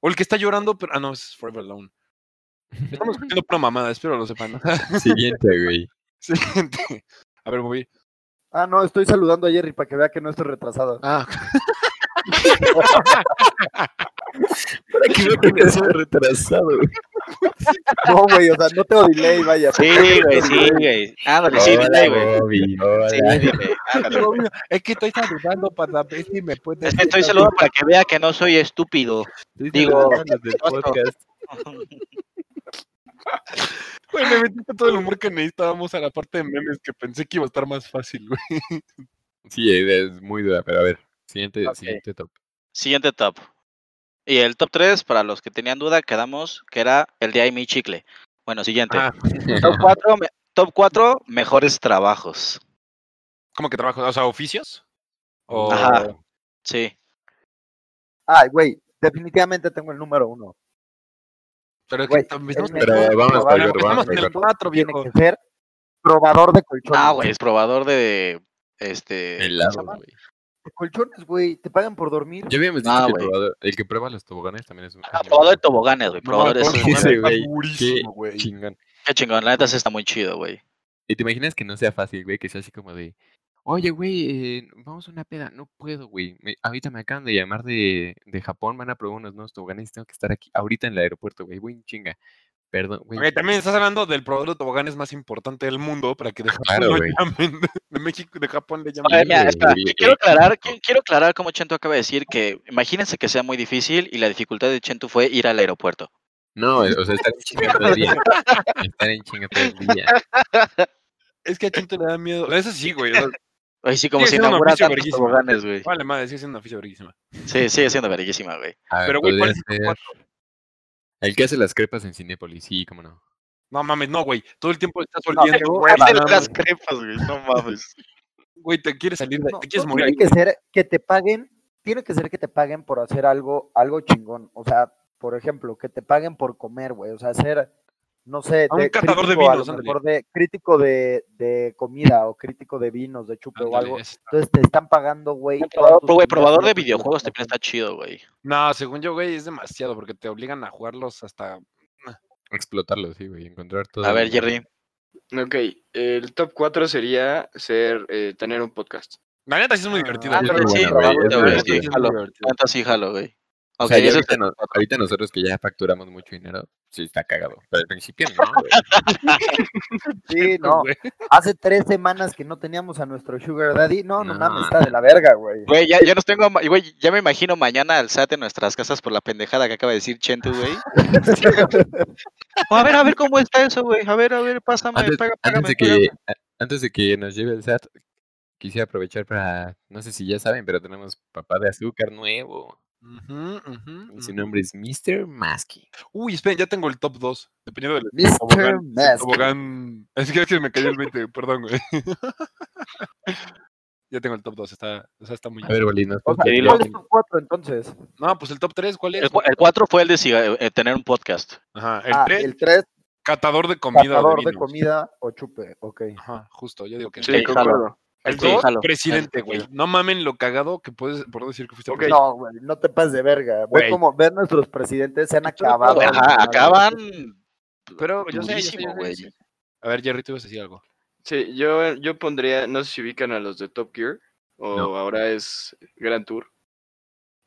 A: O el que está llorando, pero... Ah, no, es Forever Alone. Estamos escuchando pura mamada, espero lo sepan.
E: Siguiente, güey.
A: Siguiente. A ver, Bobby.
D: Ah, no, estoy saludando a Jerry para que vea que no estoy retrasado.
A: Ah,
E: ¿Para qué no te retrasado?
D: No, güey, o sea, no tengo delay, vaya.
B: Sí, güey, sí, güey. Ándale, sí, dile, güey. Sí, dile, ándale.
A: digo, mira, es que estoy saludando para ver si me puede...
B: Es que estoy saludando para que vea que no soy estúpido. Digo, otro.
A: Güey, le metiste todo el humor que necesitábamos a la parte de memes que pensé que iba a estar más fácil, güey.
E: Sí, es muy dura, pero a ver. Siguiente,
B: Ok.
E: siguiente top.
B: Siguiente top. Y el top 3, para los que tenían duda, quedamos que era el de Amy Chicle. Bueno, siguiente.
A: Ah,
B: Top 4, top cuatro, mejores trabajos.
A: ¿Cómo que trabajo? O sea, oficios. O...
B: Ajá. Sí.
D: Ay, güey, definitivamente tengo el número uno.
A: Pero es que
D: Güey,
A: también
D: el
A: estamos
D: mejor
E: Pero vamos a
D: probador
E: ver,
A: Pero estamos
E: vamos a
A: en el
E: ver.
A: 4,
D: Tiene
A: viejo.
D: que ser probador de colchones.
B: Ah, güey, es probador de. Este.
E: Helados,
B: llama?
E: güey.
D: De colchones, güey, te pagan por dormir.
E: Ya habíamos dicho
B: Ah,
E: que el,
B: güey.
E: probador- el que prueba los toboganes también es un.
B: Ah, probador de toboganes, güey. Probador de
A: No, no,
B: esos,
A: no,
B: güey.
E: Ese,
A: está
E: güey,
A: durísimo, güey.
E: Chingón.
B: Qué chingón, la neta sí está muy chido, güey.
E: ¿Y te imaginas que no sea fácil, güey? Que sea así como de. Oye, güey, eh, vamos a una peda. No puedo, güey. me- ahorita me acaban de llamar de, de Japón. Van a probar unos nuevos toboganes. Tengo que estar aquí ahorita en el aeropuerto, güey. Güey, en chinga. Perdón, güey.
A: Güey, también estás hablando del proveedor de toboganes más importante del mundo para que de Japón
E: Ah, Claro,
A: lo
E: güey.
A: llamen. De México, de Japón le
B: A
A: llamen.
B: ver, mira,
E: Horrible,
B: espera,
E: horrible,
B: quiero
E: eh,
B: aclarar,
E: no.
B: qui- quiero aclarar como Chento acaba de decir que imagínense que sea muy difícil y la dificultad de Chento fue ir al aeropuerto.
E: No, o sea, estar en chinga todo el día. Estar en chinga todo el día.
A: Es que a Chinto le da miedo. Eso sí, güey. o sea,
B: Ay, sí, como
A: Sigue
B: si
A: siendo un
B: inaugurara
A: oficio
B: tantos
A: verguísima.
B: toboganes, güey.
A: Vale, madre, sigue siendo una ficha verguísima.
B: Sí, sigue siendo verguísima, güey.
E: A ver,
A: Pero, güey, ¿cuál es
E: Ah, podría
A: el
E: ser
A: top
E: El que hace las crepas en Cinépolis, sí, cómo no.
A: No mames, no, güey. Todo el tiempo estás volviendo.
D: tengo-
A: güey,
B: Este,
D: Hacer
A: Ah, no
D: las
A: mames.
B: crepas, güey, no mames.
A: Güey, te quieres salir de.
D: No,
A: Te quieres
D: no,
A: morir.
D: Tiene que ser que te paguen, tiene que ser que te paguen por hacer algo, algo chingón. O sea, por ejemplo, que te paguen por comer, güey. O sea, ser, no sé,
A: A un catador de
D: crítico, a lo
A: vinos, ándale.
D: mejor de crítico de, de comida o crítico de vinos, de chupe o
A: Ándale,
D: algo.
A: es-
D: Entonces te están pagando, güey. todos
B: Güey,
D: tus comidas,
B: probador de
D: todos tus
B: videojuegos también
D: prestaciones.
B: está chido, güey.
A: No, según yo, güey, es demasiado porque te obligan a jugarlos hasta.
E: Explotarlo, sí, güey. Encontrar todo.
B: A ver,
E: el-
B: Jerry.
C: Ok, el top 4 sería ser, eh, tener un podcast.
A: La neta sí es muy divertido.
B: Ah,
A: güey.
B: pero sí,
E: bueno,
B: probador
E: güey, es
B: de
A: La neta
B: videojuegos,
A: sí
E: divertido.
B: sí,
A: es muy
B: jalo.
A: divertido.
B: La neta sí, jalo, güey.
E: O
B: Ok,
E: sea, ya
B: eso es
E: ahorita, no- ahorita nosotros que ya facturamos mucho dinero, sí está cagado. Pero al principio no, güey.
D: Sí, no.
A: güey.
D: Hace tres semanas que no teníamos a nuestro Sugar Daddy. No, no,
E: No,
D: mames, está de la verga, güey.
B: Güey, ya, ya nos tengo, ama- güey, ya me imagino mañana al SAT en nuestras casas por la pendejada que acaba de decir Chente, güey. a ver, a ver cómo está eso, güey. A ver, a ver, pásame,
E: Antes,
B: paga-
E: antes
B: págame,
E: de que,
B: págame.
E: a- antes de que nos lleve el SAT, quisiera aprovechar para, no sé si ya saben, pero tenemos papá de azúcar nuevo.
A: Ujú, ujú,
E: Su
A: ujú.
E: nombre es Mr. Maskey.
A: Uy, esperen, ya tengo el top 2. Dependiendo del
D: Mr.
A: tobogán,
D: Mask.
A: tobogán. Es que, es que me cayó el 20, perdón, güey. ya tengo el top 2, está, o sea, está muy...
E: A ver, Bolín, nos
D: O sea,
E: cuentas,
B: dilo.
D: ¿cuál
E: ¿cuál
D: es tu cuatro entonces?
A: No, pues el top 3, ¿cuál es?
B: El, 4 fue el de si- eh, eh, tener un podcast.
A: Ajá, el
D: Ah,
A: 3,
D: el 3,
A: catador de comida. o
D: catador de
A: vinos.
D: comida o chupe, ok.
A: Ajá, justo, yo digo que
C: Sí,
B: Ok, jalo.
C: concuerdo.
A: El
B: Ok,
A: 2,
B: jalo.
A: presidente,
B: Jalo,
A: güey.
B: jalo.
A: No mamen lo cagado que puedes por decir que fuiste
C: Ok.
A: presidente.
D: No, güey, no te pases de verga.
A: Güey.
D: Ve como ver nuestros presidentes se han
A: Estoy de
D: acabado.
A: acuerdo.
B: Ajá,
D: madre.
B: acaban.
A: Pero yo sé, yo sé, yo
B: Durísimo,
A: sé, yo
B: güey.
A: sé. A ver, Jerry, tú ibas a decir algo.
C: Sí, yo, yo pondría, no sé si ubican a los de Top Gear o
E: No.
C: ahora es Gran Tour.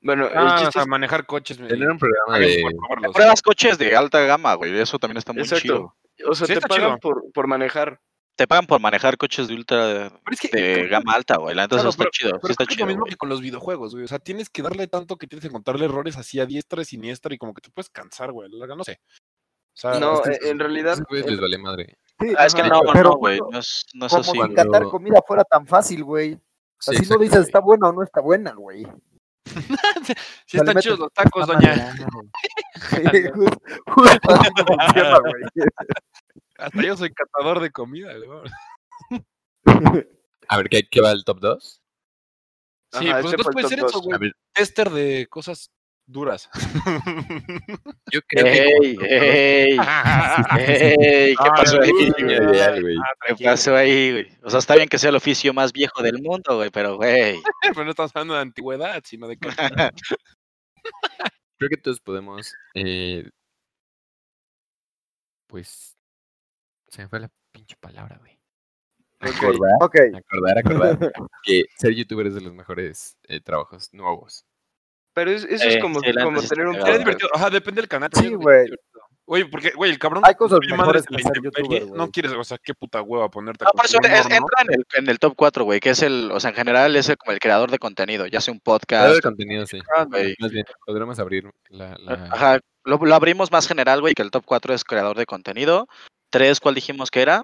C: Bueno, el
A: Ah, o
C: chiste
A: sea,
C: es-
A: manejar coches. me-
E: Tener un programa
A: Paguen
E: de...
A: por probarlos.
B: Pruebas coches de alta gama, güey. Eso también está muy
C: Exacto.
B: chido.
C: o sea,
A: sí
C: te
A: está
C: pagan
A: chido.
C: por, por manejar.
B: Te pagan por manejar coches de ultra
A: Pero es que,
B: de gama alta, güey. La neta
A: Claro,
B: eso está chido. sí
A: Pero
B: está
A: creo que
B: chido.
A: es lo mismo
B: güey.
A: que con los videojuegos, güey. O sea, tienes que darle tanto que tienes que encontrarle errores así a diestra y siniestra y como que te puedes cansar, güey. a la larga, No sé. O sea,
C: No,
A: este-
C: eh, en realidad,
E: Esos güeyes
C: el-
E: les vale madre.
D: Sí,
B: Ah, es que
C: Ajá.
B: no,
D: pero
B: no, güey.
D: justo
B: No es, no es
D: como
B: así.
D: si
E: Cuando-
D: catar comida fuera tan fácil, güey. Así
E: Sí,
D: no
E: exacto,
D: dices
E: güey.
D: está buena o no está buena, güey.
A: sí
D: o sea, le
A: están
D: metes
A: chidos los tacos,
D: Está
A: doña.
D: madreada, güey. Sí, justo, justo así como encima, güey.
A: Hasta yo soy catador de comida, güey. vamos.
E: A ver, ¿qué, qué va el top 2?
A: Sí,
C: Ajá,
A: pues
C: ese fue
A: entonces
C: el
A: puede
C: top
A: ser
C: dos.
A: eso,
E: A
A: güey.
E: ver,
A: Tester de cosas duras.
E: yo creo que...
B: ¡Ey!
E: como top dos-
B: ¡Ey! ¡Ey! ¿Qué
A: Ah,
B: pasó
A: ya,
B: ahí,
E: Sí,
A: ya,
B: güey?
E: güey, ideal, güey.
A: Ah,
B: ¿Qué
A: tranquilo,
B: pasó ahí, güey? O sea, está bien que sea el oficio más viejo del mundo, güey, pero, güey.
A: Pero no estamos hablando de antigüedad, sino de que
E: Creo que todos podemos... eh, Pues... Se me fue la pinche palabra, güey.
C: Ok,
D: Ok,
E: Acordar, acordar. que ser youtuber es de los mejores eh, trabajos nuevos.
C: Pero es- eso es
B: Eh,
C: como,
B: sí, la
C: como
B: neta sí
C: tener un
B: está
A: Sería
B: cagado.
C: podcast.
A: divertido. Ajá, depende del canal.
D: Sí,
A: pero
D: güey.
A: divertido. Güey, porque, güey, el cabrón.
D: hay cosas
A: mi madre
D: mejores
A: se
D: que
A: le
D: ser
A: intemperie,
D: youtuber,
A: No
D: güey. Ah,
A: quieres, o sea, qué puta hueva ponerte a
B: No, por eso
A: construir un
B: es-
A: horno.
B: entra en el, en el top 4, güey, que es el, o sea, en general es el- como el creador de contenido, ya sea un
E: Creador
B: podcast.
E: de contenido, sí.
B: güey. Ah,
E: Más bien, podremos abrir la... la-
B: Ajá, lo, lo abrimos más general, güey, que el top 4 es creador de contenido. 3, ¿cuál dijimos que era?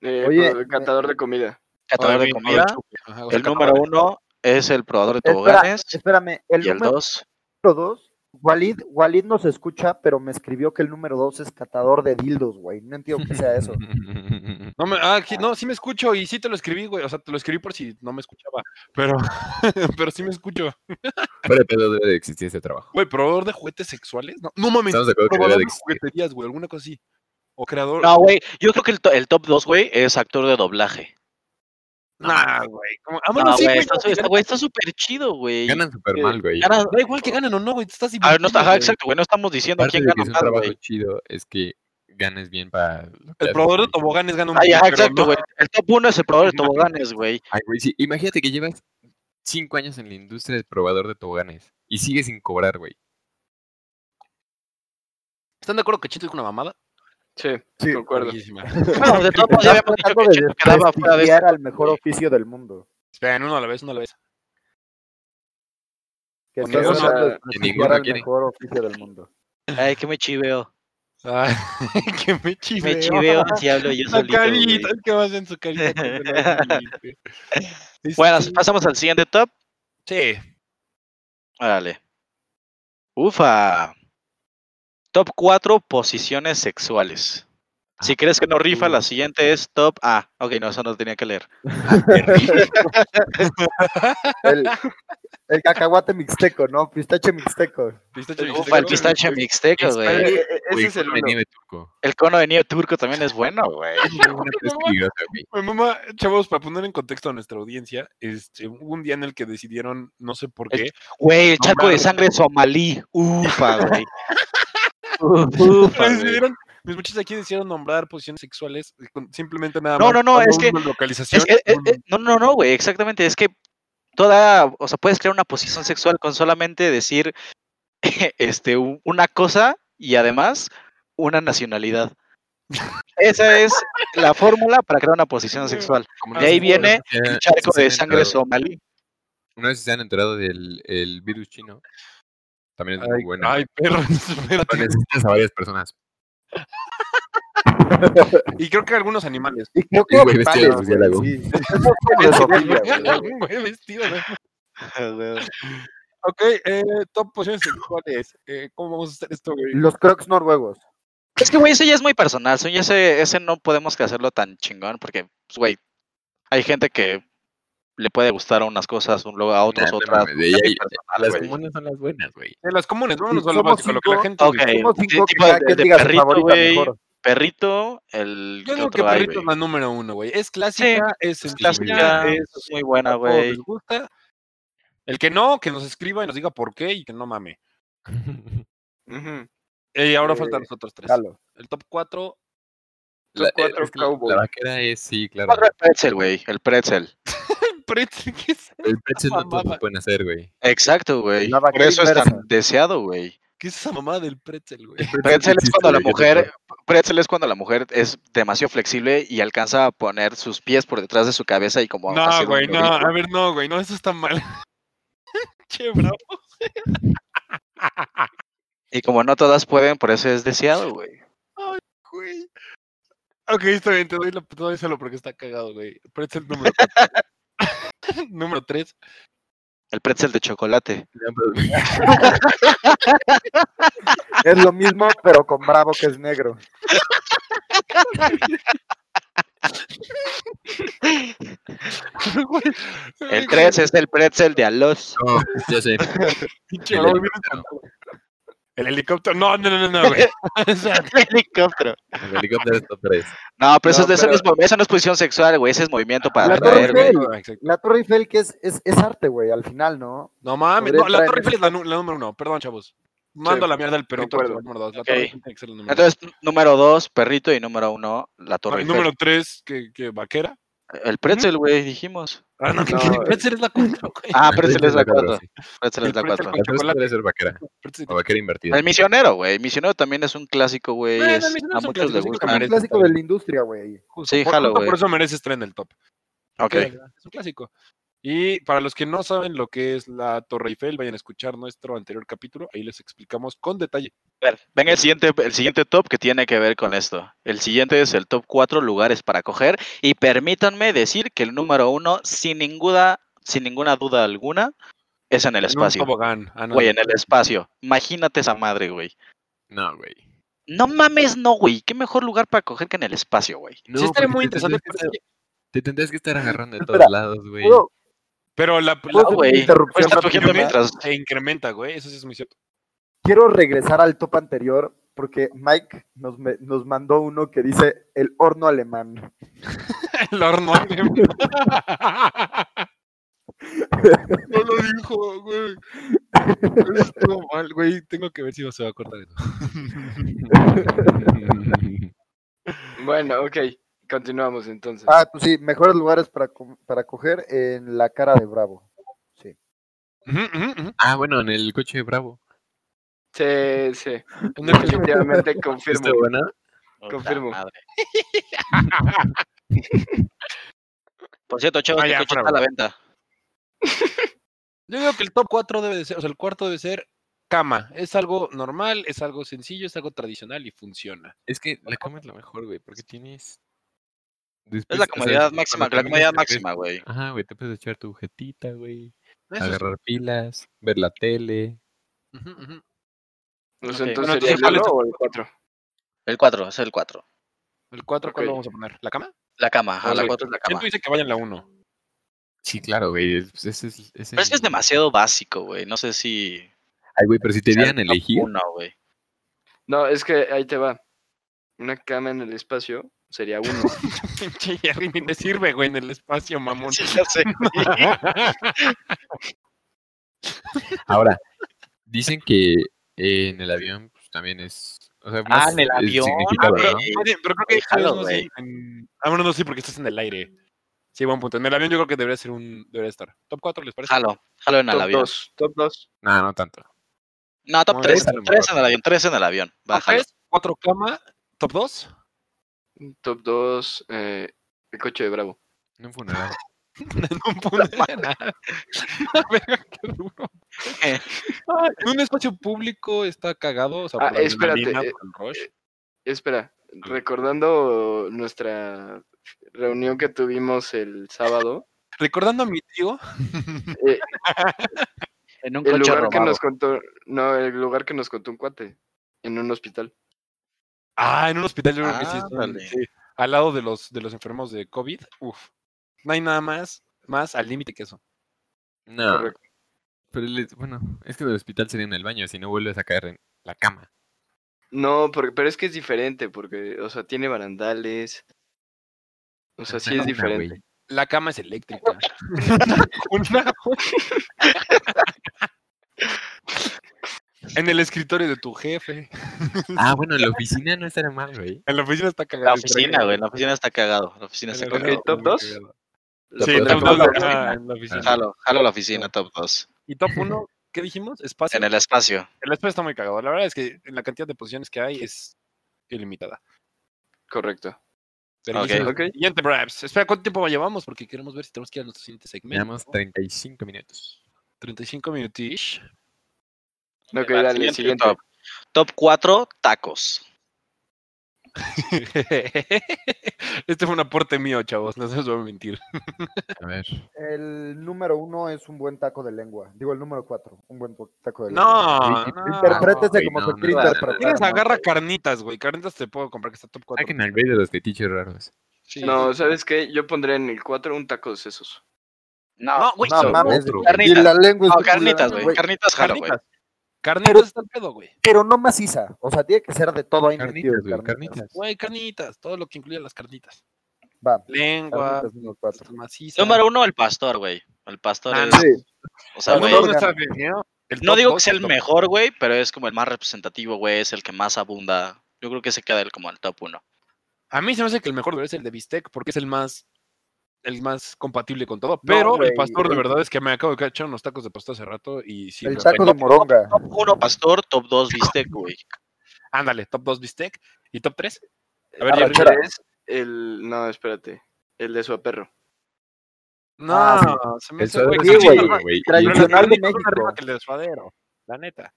C: Eh,
D: Oye,
C: pro- catador de comida.
B: Catador de
A: Obviamente,
B: comida.
A: Ajá, o sea,
B: El número
A: catador.
B: 1 es el probador de
D: Espera,
B: toboganes.
D: espérame, el
B: Y el
D: número
B: 2.
D: dos, Walid, Walid nos escucha, pero me escribió que el número dos es catador de dildos, güey. No entiendo qué sea eso.
A: No, me, ah, aquí- no, sí me escucho y sí te lo escribí, güey. O sea, te lo escribí por si no me escuchaba. Pero, pero sí me escucho.
E: Pero pedo debe de existir ese trabajo.
A: Güey, probador de juguetes sexuales. No, no mames.
E: Estamos de acuerdo que debe
A: Probador
E: de
A: de
E: existir.
A: jugueterías, güey. Alguna cosa así. O creador.
B: No, güey, yo creo que el, to- el top 2, güey, es actor de doblaje.
A: Nah, güey. como- Ah, bueno,
B: No,
A: sí,
B: güey,
A: güey.
B: está
A: no,
B: su-
A: sí,
B: está- güey, está súper chido, güey.
E: Ganan súper
C: Eh,
E: mal, güey.
B: Gana-
A: Da igual que ganen o no, güey. Te estás
B: A ver, no está,
A: divirtiendo,
B: ajá,
A: güey.
B: exacto, güey, no estamos diciendo
E: Aparte
B: quién
E: de que
B: gana
E: es un
B: más,
E: trabajo
B: güey.
E: chido, es que ganes bien para... lo que
A: El
E: haces,
A: probador de
E: güey.
A: toboganes gana un
B: Ay,
A: billete,
B: ajá,
A: pero
B: exacto,
A: no-
B: güey. El top 1 es el probador de toboganes, güey.
E: Ay, güey, sí, Imagínate que llevas cinco años en la industria de probador de toboganes y sigues sin cobrar, güey.
A: ¿Están de acuerdo que Chito es una mamada?
C: Sí,
D: Sí.
C: concuerdo.
A: Verguísima.
B: No, de todos modos, ya
D: Estás
B: habíamos dicho
D: tratando
B: que
D: de
B: Cheto quedaba fuera de este.
D: desprestigiar
B: esto,
D: al mejor
B: güey.
D: oficio del mundo.
A: Esperen, uno a la vez, uno a la vez.
D: Que
C: Con
D: estás
C: ninguno-
D: tratando de
C: que
D: desprestigiar
E: ninguno
D: al
E: quiere.
D: mejor oficio del mundo.
B: Ay, que me chiveo.
A: Ay, que me chiveo.
B: Me chiveo si hablo yo
A: Su
B: solito, güey.
A: carita, es que vas en su carita. cuando se la dice. Este,
B: Bueno, pasamos al siguiente top.
A: sí.
B: Órale. Ufa. Top 4, posiciones sexuales. Si crees que no rifa,
A: Uh.
B: la siguiente es top A. Ok, no, eso no tenía que leer.
D: El, el cacahuate mixteco, ¿no? Pistache mixteco.
A: Pistache
B: Ufa, el
A: mixteco.
B: pistache mixteco,
C: Eh,
B: güey.
C: eh, eh, Ese
E: Güey,
C: es el
E: cono
C: uno.
E: de nieve turco.
B: El cono de nieve turco también es bueno, güey.
E: Una cosa
A: mamá.
E: peligrosa, güey.
A: Mi mamá, chavos, para poner en contexto a nuestra audiencia, este, hubo un día en el que decidieron, no sé por
B: El
A: qué,
B: Güey, el
A: No
B: charco de
A: mames.
B: sangre somalí. Ufa, güey. Uf, Ufa, güey.
A: decidieron, mis muchachos aquí decidieron nombrar posiciones sexuales, eh, con- simplemente nada
B: No,
A: más.
B: no, no,
A: dando
B: es que-
A: una
B: Es
A: Localización.
B: que- es-
A: un-
B: es- no, no, no, güey, exactamente. Es que toda, o sea, puedes crear una posición sexual con solamente decir este, u- una cosa y además una nacionalidad. Esa es la fórmula para crear una posición sexual.
E: Como
A: Ah,
B: De ahí
A: sí,
B: viene
E: sé si
B: el
E: han-
B: charco
E: si se
B: de
E: han
B: sangre
E: enterado-
B: somalí.
E: No sé si se han enterado del el virus chino. También es muy bueno.
A: Ay, perro, espérate.
E: Necesitas a varias personas.
A: Y creo que algunos animales.
D: Y creo que
E: Y güey, vestido de
D: palos,
E: murciélago.
D: güey, sí. Eso es zoofilia, güey.
A: Un güey vestido de-
B: Ah, güey.
A: Ok, eh, top posiciones sexuales. Eh, ¿Cómo vamos a hacer esto, güey?
D: Los crocs noruegos.
B: Es que, güey, ese ya es muy personal. soy Ese, ese no podemos que hacerlo tan chingón porque, pues, güey, hay gente que le puede gustar a unas cosas, un luego a otros,
E: Nah, no
B: otras.
E: mames, de ahí
B: Es muy
E: hay-
B: personal,
E: Las
B: güey.
E: comunes son las buenas, güey.
A: De las comunes, vámonos a lo
D: Somos
A: básico, lo que la
D: cinco.
A: gente.
B: Ok.
A: dice.
D: Somos
B: de
D: cinco que
B: tipo de-
D: cada quien
B: de
D: diga su
B: perrito,
D: favorita
B: güey.
D: mejor.
B: Perrito, el.
A: Yo
B: ¿qué
A: digo que
B: otro hay,
A: perrito es
B: güey?
A: la número uno, güey. Es clásica, es
B: Es
A: sencilla,
B: clásica,
A: es
B: es muy buena,
A: a todos
B: Ah, güey.
A: les gusta. El que no, que nos escriba y nos diga por qué y que no mame.
C: Ujú.
A: Y ahora
D: Eh,
A: faltan los otros tres.
D: Jalo.
A: El top cuatro.
E: La, eh,
C: cuatro
E: es que la-
C: cowboys.
E: la vaquera es, sí, claro.
B: Cuatro, El pretzel, güey. El pretzel.
A: Pretzel, ¿qué es?
E: El pretzel no todos
A: mamada.
E: lo pueden hacer, güey.
B: Exacto, güey.
D: La
B: Por
D: vaquera
B: eso es
D: inversa.
B: tan deseado, güey.
A: ¿Qué es esa mamada del pretzel, güey?
B: Pretzel es
E: existe,
B: cuando la
E: güey, yo te
B: mujer. Pretzel es cuando la mujer es demasiado flexible y alcanza a poner sus pies por detrás de su cabeza y como.
A: No,
B: hacer un
A: güey, no,
B: globito.
A: a ver, no, güey, no, eso está mal. che, bravo.
B: Y como no todas pueden, por eso es deseado, güey.
A: Güey. Ok, está bien, te doy, la, te doy solo porque está cagado, güey. Pero es el número 4. número 3.
B: El pretzel de chocolate.
D: Es lo mismo, pero con Bravo que es negro.
B: El 3 es el pretzel de alos.
E: No, ya sé.
A: Pinche, no, olvides tampoco. el helicóptero. No, no, no, no, no, güey. O sea,
B: Helicóptero.
E: El helicóptero es top 3.
B: No, pero, eso,
C: No,
B: es- eso no es,
C: pero-
B: movi- eso no es posición sexual, güey. Ese es
A: Ah,
B: movimiento para
D: La
B: atraer,
D: Torre
B: güey.
D: Eiffel. La Torre Eiffel que es, es, es arte, güey, al final, ¿no?
A: No mames,
D: Podría
A: no, la
D: entrar en
A: Torre
D: eso.
A: Eiffel es la, nu- la número 1. Perdón, chavos. Mando a la mierda el perrito.
C: acuerdo.
A: el número 2. La
B: Ok.
A: Torre Eiffel tiene que ser el número
B: Entonces, n- número 2, perrito. Y número 1, la
A: dos.
B: torre.
A: Ah,
B: Eiffel.
A: número 3, que, que vaquera.
B: El pretzel, güey, dijimos.
A: Ah, no, que
C: No,
A: que
C: eh.
A: pretzel es la 4, güey.
B: Ah, pretzel es la 4.
E: sí.
B: Pretzel
A: El
B: es la
A: pretzel
B: 4.
A: con-
E: La
A: Ah, chocolate.
E: 3 puede ser vaquera.
A: Pretzel.
E: O vaquera invertida.
B: El misionero, güey. El misionero también es un clásico, güey.
A: Bueno, el
B: es-
A: misionero
B: A
A: es un
B: muchos les
A: clásico,
D: Como
A: Ah,
B: gusta.
D: un
A: eres-
D: clásico de la industria, güey.
A: Justo,
B: Sí,
A: por-
B: jalo,
A: justo
B: güey.
A: por eso merece estar en el top.
B: Ok.
A: que Es un clásico. Y para los que no saben lo que es la Torre Eiffel, vayan a escuchar nuestro anterior capítulo. Ahí les explicamos con detalle.
B: Ver, Venga, el siguiente, el siguiente top que tiene que ver con esto. El siguiente es el top 4 lugares para coger. Y permítanme decir que el número 1, sin ninguna, sin ninguna duda alguna, es en el
A: En un
B: espacio.
A: tobogán. Ah, no.
B: Güey, en el espacio. Imagínate esa madre, güey.
E: No, güey.
B: No mames, no, güey. Qué mejor lugar para coger que en el espacio, güey.
E: No,
A: sí, estaría
E: porque
A: muy
E: te
A: interesante.
E: tendrías
A: pero
E: que
A: es que-
E: estar- Te tendrías que estar agarrando de
D: Espera,
E: todos lados, güey.
D: Puedo-
A: Pero la,
D: ¿Puedo
A: la
B: No,
D: hacer una
B: güey.
D: interrupción
B: Estás
D: rápida?
B: cogiendo mientras.
A: se incrementa, güey. Eso sí es muy cierto.
D: Quiero regresar al top anterior porque Mike nos, me- nos mandó uno que dice el horno alemán.
A: El horno. no lo dijo, güey. Eso Estuvo mal, güey. Tengo que ver si se va a cortar eso.
C: Bueno, ok. Continuamos entonces.
D: Ah, pues sí, mejores lugares para, co- para coger en la cara de Bravo.
A: Ujú, ujú, ujú.
E: ah, bueno, en el coche de Bravo.
C: Sí, sí.
A: En el que-
C: Definitivamente confirmo.
E: ¿Está buena?
B: Puta
C: Confirmo.
B: madre. Por cierto, chavos,
A: Ah,
B: este
A: ya,
B: coche
A: fuera,
B: está a la venta.
A: Yo digo que el top 4 debe de ser, o sea, el cuarto debe ser cama. Es algo normal, es algo sencillo, es algo tradicional y funciona.
E: Es que la cama es lo mejor, güey, porque tienes.
B: Es
E: Después,
B: la
E: o sea,
B: comodidad
E: cuando
B: máxima, la
E: terminas
B: comodidad
E: de ver-
B: máxima, güey.
E: Ajá, güey, te puedes echar tu jetita, güey.
A: Eso es-
E: Agarrar pilas, ver la tele.
A: ujú, ujú.
C: O sea,
B: Ok.
C: Pues entonces
A: Bueno,
C: sería
A: sí,
C: el
A: ¿cuál es
C: uno
A: tu-
C: o el 4.
B: El 4, es el 4.
A: El 4,
C: Ok.
A: ¿cuál vamos a poner? ¿La cama?
B: La cama, a la
A: Ok.
B: 4 es la
A: ¿Quién
B: cama.
A: dice que vayan la 1?
E: Sí, claro, güey. es- pues, ese es, ese
B: Pero es que es
E: el-
B: demasiado básico, güey. No sé si.
E: Ay, güey, pero si te dieran a elegir.
B: No, güey.
C: No, es que ahí te va. Una cama en el espacio sería uno.
A: Pinche Jerry, ni le sirve, güey, en el espacio, mamón.
B: Sí, ya sé.
E: Ahora, dicen que eh, en el avión pues, también es. O sea,
B: Ah,
E: más
B: en el
E: el
B: avión, Ah,
E: significado,
B: güey.
E: ¿no?
A: Más bien, Pero creo que
B: Déjalo,
A: no sé,
B: güey.
A: en- Ah, bueno, no, sí, porque estás en el aire. Sí, buen punto. En el avión yo creo que debería ser un... Debería estar. ¿Top 4 les parece?
B: Jalo, jalo en el
C: top
B: avión.
C: 2. Top 2.
E: No, no tanto.
B: No, top
A: No,
B: 3.
A: esa es la
B: 3 en
A: mejor.
B: el avión, 3 en el avión. Bájalo.
A: 4 cama, top 2.
C: Top 2, eh, el coche de Bravo.
E: No un funeral.
A: en un funeral. Verga, qué duro.
B: Eh.
A: Ay, en un espacio público está cagado. O sea,
C: Ah,
A: por la
C: espérate,
A: adrenalina,
C: eh,
A: por el rush.
C: Espera, recordando nuestra reunión que tuvimos el sábado,
A: Recordando a mi tío,
C: eh,
B: En un
C: el
B: coche
C: lugar que
B: robado.
C: nos contó, no, el lugar que nos contó un cuate en un hospital.
A: Ah, en un hospital yo creo que sí. está,
B: Ándale.
A: sí. Al lado de los, de los enfermos de COVID. Uf. No hay nada más, más al límite que eso.
E: No.
C: Correcto.
E: Pero el- bueno, es que del hospital sería en el baño, si no vuelves a caer en la cama.
C: No, porque, pero es que es diferente, porque, o sea, tiene barandales. O sea, sí es
E: Una cuna,
C: diferente.
E: güey.
A: La cama es eléctrica. Una cuna. en el escritorio de tu jefe.
E: Ah, bueno, la oficina no estará mal, güey.
A: En la oficina está cagada.
B: La oficina, güey. La oficina está cagado. La oficina está
A: Ok,
B: cagado.
C: top dos.
A: Sí,
E: La
A: top
E: oficina.
A: dos, la oficina, en la oficina.
B: Jalo, jalo la oficina top 2.
A: Y top 1, ¿qué dijimos? Espacio.
B: En el espacio.
A: El espacio está muy cagado. La verdad es que en la cantidad de posiciones que hay es ilimitada.
C: Correcto.
A: Verguísima.
C: Ok.
A: Siguiente, Braps. Espera, ¿cuánto tiempo llevamos? Porque queremos ver si tenemos que ir a nuestro siguiente segmento.
E: Llevamos 35 minutos.
A: 35 minutish.
C: Ok,
B: Va,
C: dale, siguiente.
B: Top. Top 4, tacos.
A: este fue un aporte mío, chavos. No se os voy a mentir.
E: A ver.
D: El número uno es un buen taco de lengua. Digo, el número cuatro, un buen to- taco de lengua.
A: Ah, No,
E: Oye,
A: no.
D: Interprétese
E: güey,
D: como
E: no,
D: se
E: no,
D: quiere
C: no, no, no.
D: interpretar.
A: Tienes
D: ¿no?
A: agarra carnitas, güey. Carnitas te puedo comprar que está top 4.
E: Saquen al güey de los fetiches raros.
C: No, ¿sabes qué? Yo pondré en el 4 un taco de sesos.
A: No, güey.
D: No, mames,
E: otro, güey.
D: y la
B: Carnitas.
D: lengua es
B: No,
D: muy
B: carnitas,
D: culera,
B: güey. Carnitas jalo, güey.
A: Carnitas. Carnitas está el pedo, güey.
D: Pero no maciza. O sea, tiene que ser de todo ahí metido,
E: Carnitas, güey. Carnitas.
A: Güey, carnitas. Todo lo que incluye las carnitas.
D: Va.
A: Lengua,
D: Carnitas número cuatro.
A: maciza.
B: Número 1, el pastor, güey. El pastor
A: Ah,
B: es.
A: no.
D: Sí,
B: O sea,
D: El
B: güey.
D: número uno
A: ¿eh?
B: No digo que sea el mejor, güey, pero es como el más representativo, güey. Es el que más abunda. Yo creo que se queda el, como el top 1.
A: A mí se me hace que el mejor debería ser el de Bistec porque es el más el más compatible con todo. Pero
D: güey,
A: el pastor, de
D: el-
A: verdad, es que me acabo de cachar unos tacos de pastor hace rato y sí.
D: el
A: me
D: taco de
A: ofende.
D: moronga.
B: Top 1, pastor. Top 2, bistec, güey.
A: Ándale, top 2 Bistec y top 3. A ver,
C: El
A: Jerry.
D: Arrachera.
C: es el. No, espérate. El de su perro.
A: No,
D: Ah,
A: se me
E: El
A: hace, güey,
E: suadero
A: que
D: sí,
A: se
E: es
D: güey.
A: me
E: chido,
A: hace-
E: güey.
A: pero las
D: Tradicional
A: carnitas
D: de
A: son arriba
D: México.
A: que el de suadero, la neta.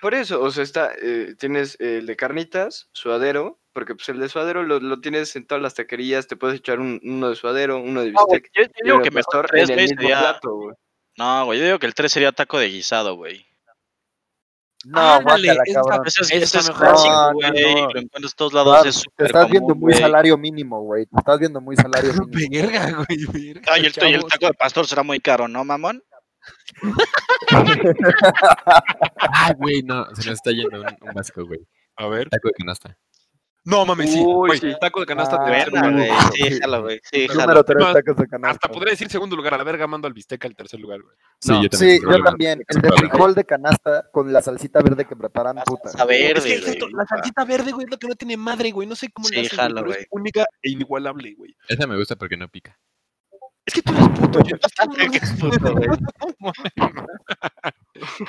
C: Por eso, o sea, está, eh, tienes eh, el de carnitas, suadero, porque pues el de suadero lo, lo tienes en todas las taquerías, te puedes echar un- uno de suadero, uno de
B: No, Ah, güey,
C: bistec.
B: yo, yo
C: y
B: digo
C: uno de
B: que mejor
C: pastor
B: tres,
C: en
B: güey,
C: el mismo
B: sería-
C: plato, güey.
B: No, güey, yo digo que el 3 sería taco de guisado, güey.
D: No,
A: Ándale,
D: guácala,
A: esa-
D: cabrón.
B: Ese Ah, es,
A: Ese
B: ese
A: está
B: es
A: mejor.
D: No,
B: clásico,
D: no,
B: güey.
D: no.
B: Lo encuentras en todos lados.
D: Claro,
B: es
D: Te
B: súper
D: estás viendo
B: común,
D: muy
B: güey.
D: salario mínimo, güey. Te estás viendo muy salario mínimo.
A: Verga, güey. verga,
B: Ay, el, y el
A: chavos.
B: taco de pastor será muy caro, ¿no, mamón?
E: Ay, güey, no. Se nos está yendo un, un vasco, güey.
A: A ver.
E: Taco de canasta.
A: No mames, sí.
C: Uy,
A: Güey,
C: sí.
A: el taco de canasta
D: Ah,
A: debe ser
B: Buena,
A: el
B: güey.
A: mejor.
B: Sí, jalo, güey. Sí, jalo.
D: Número tres,
A: Más-
D: tacos de canasta.
A: Hasta podría decir segundo lugar. A la verga mando al Bistec al tercer lugar, güey.
E: Sí, yo también.
D: Sí, yo también. El de frijol de canasta con la salsita verde que preparan, puta.
B: A
A: Es que
B: verde,
A: es esto,
B: güey.
A: la salsita verde, güey, es lo que no tiene madre, güey. No sé cómo
B: Sí,
A: le hacen,
B: jalo,
A: güey, pero
B: güey.
A: es única e inigualable, güey.
E: Esa me gusta porque no pica.
A: Es que tú eres puto, yo. es que no
B: Qué
A: mames.
B: puto, güey.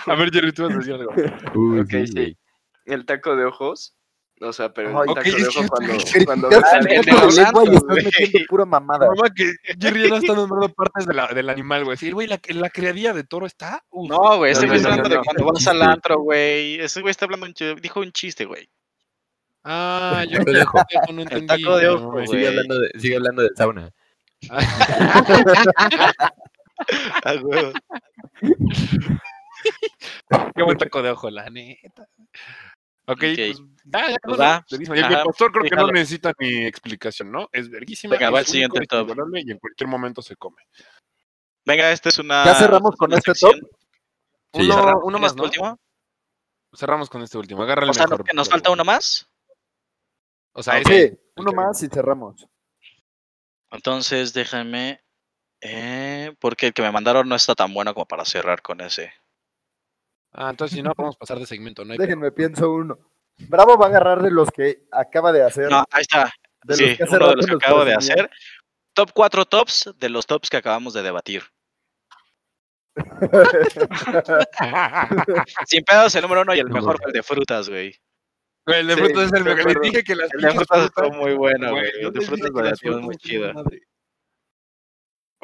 A: A ver, Jerry, tú vas a decir algo.
E: Uy,
C: Ok, sí.
E: güey.
C: El taco de ojos, o sea, pero el
D: Ay,
C: taco
A: ok,
C: de
A: es
C: ojos
A: que-
C: cuando,
A: que-
C: cuando
D: Te
C: ves
D: haces
B: el- el de
D: taco
B: los
D: de lengua y
B: santos,
D: estás
B: güey.
D: metiendo pura mamada.
A: Mamá, que Jerry ya no está nombrando partes de la- del animal, güey. Sí, güey, la, la criadilla de toro está. uh, Uf.
B: No, güey, ese
C: No,
B: güey está
C: no, no,
B: hablando de
C: no.
B: cuando vas al antro, güey. Ese güey está hablando, un ch- dijo un chiste, güey.
A: Ah, yo
E: El taco de ojo.
A: no
B: El
A: entendí.
B: taco de ojo,
A: güey.
E: Sigue
B: güey.
E: hablando de, sigue hablando de sauna.
B: Ah, güey.
A: Qué buen taco de ojo, la neta. Ok, pues ya, ya
B: Pues
A: con
B: va.
A: eso, verguísima. Y el
B: Ajá,
A: pastor creo que no
B: déjalo.
A: necesita ni explicación, ¿no? Es verguísima.
B: Venga, va
A: es
B: el siguiente
A: único, es
B: top.
A: inigualable Y en cualquier momento se come.
B: Venga, esta es una.
D: ¿Ya cerramos con
B: una
D: este
B: sección.
E: Sí,
A: uno,
E: ya.
B: Cerramos
A: uno
B: con
A: más,
B: este
A: ¿no?
B: último.
A: Cerramos con este último. Agarra el
B: O sea,
A: mejor,
B: ¿no- que nos
A: por
B: falta
A: favor.
B: uno más.
A: O sea,
B: Ok.
A: ese-
D: Sí, uno más y cerramos.
B: Entonces, déjame. eh, porque el que me mandaron no está tan bueno como para cerrar con ese.
A: Ah, entonces si no, podemos pasar de segmento, ¿no? hay
D: Déjenme, pienso uno. Bravo va a agarrar de los que acaba de hacer.
B: No, ahí está.
D: de
B: sí,
D: hace
B: uno de
D: rato
B: los que
D: nos
B: acabo de
D: presumían.
B: hacer. Top 4 tops de los tops que acabamos de debatir. Sin pedos, el número uno y el
E: No,
B: mejor
E: güey.
B: fue el de frutas, güey.
A: Güey, El de
C: Sí,
A: frutas es el
C: de
A: mejor. Les
C: acuerdo.
A: dije que las
B: El de
A: pinches
B: frutas estuvo muy bueno,
A: Güey,
B: güey.
A: yo
B: El de
A: les
B: frutas
A: dije que
B: de
A: las
B: es muy
A: frutas,
B: chido.
A: madre.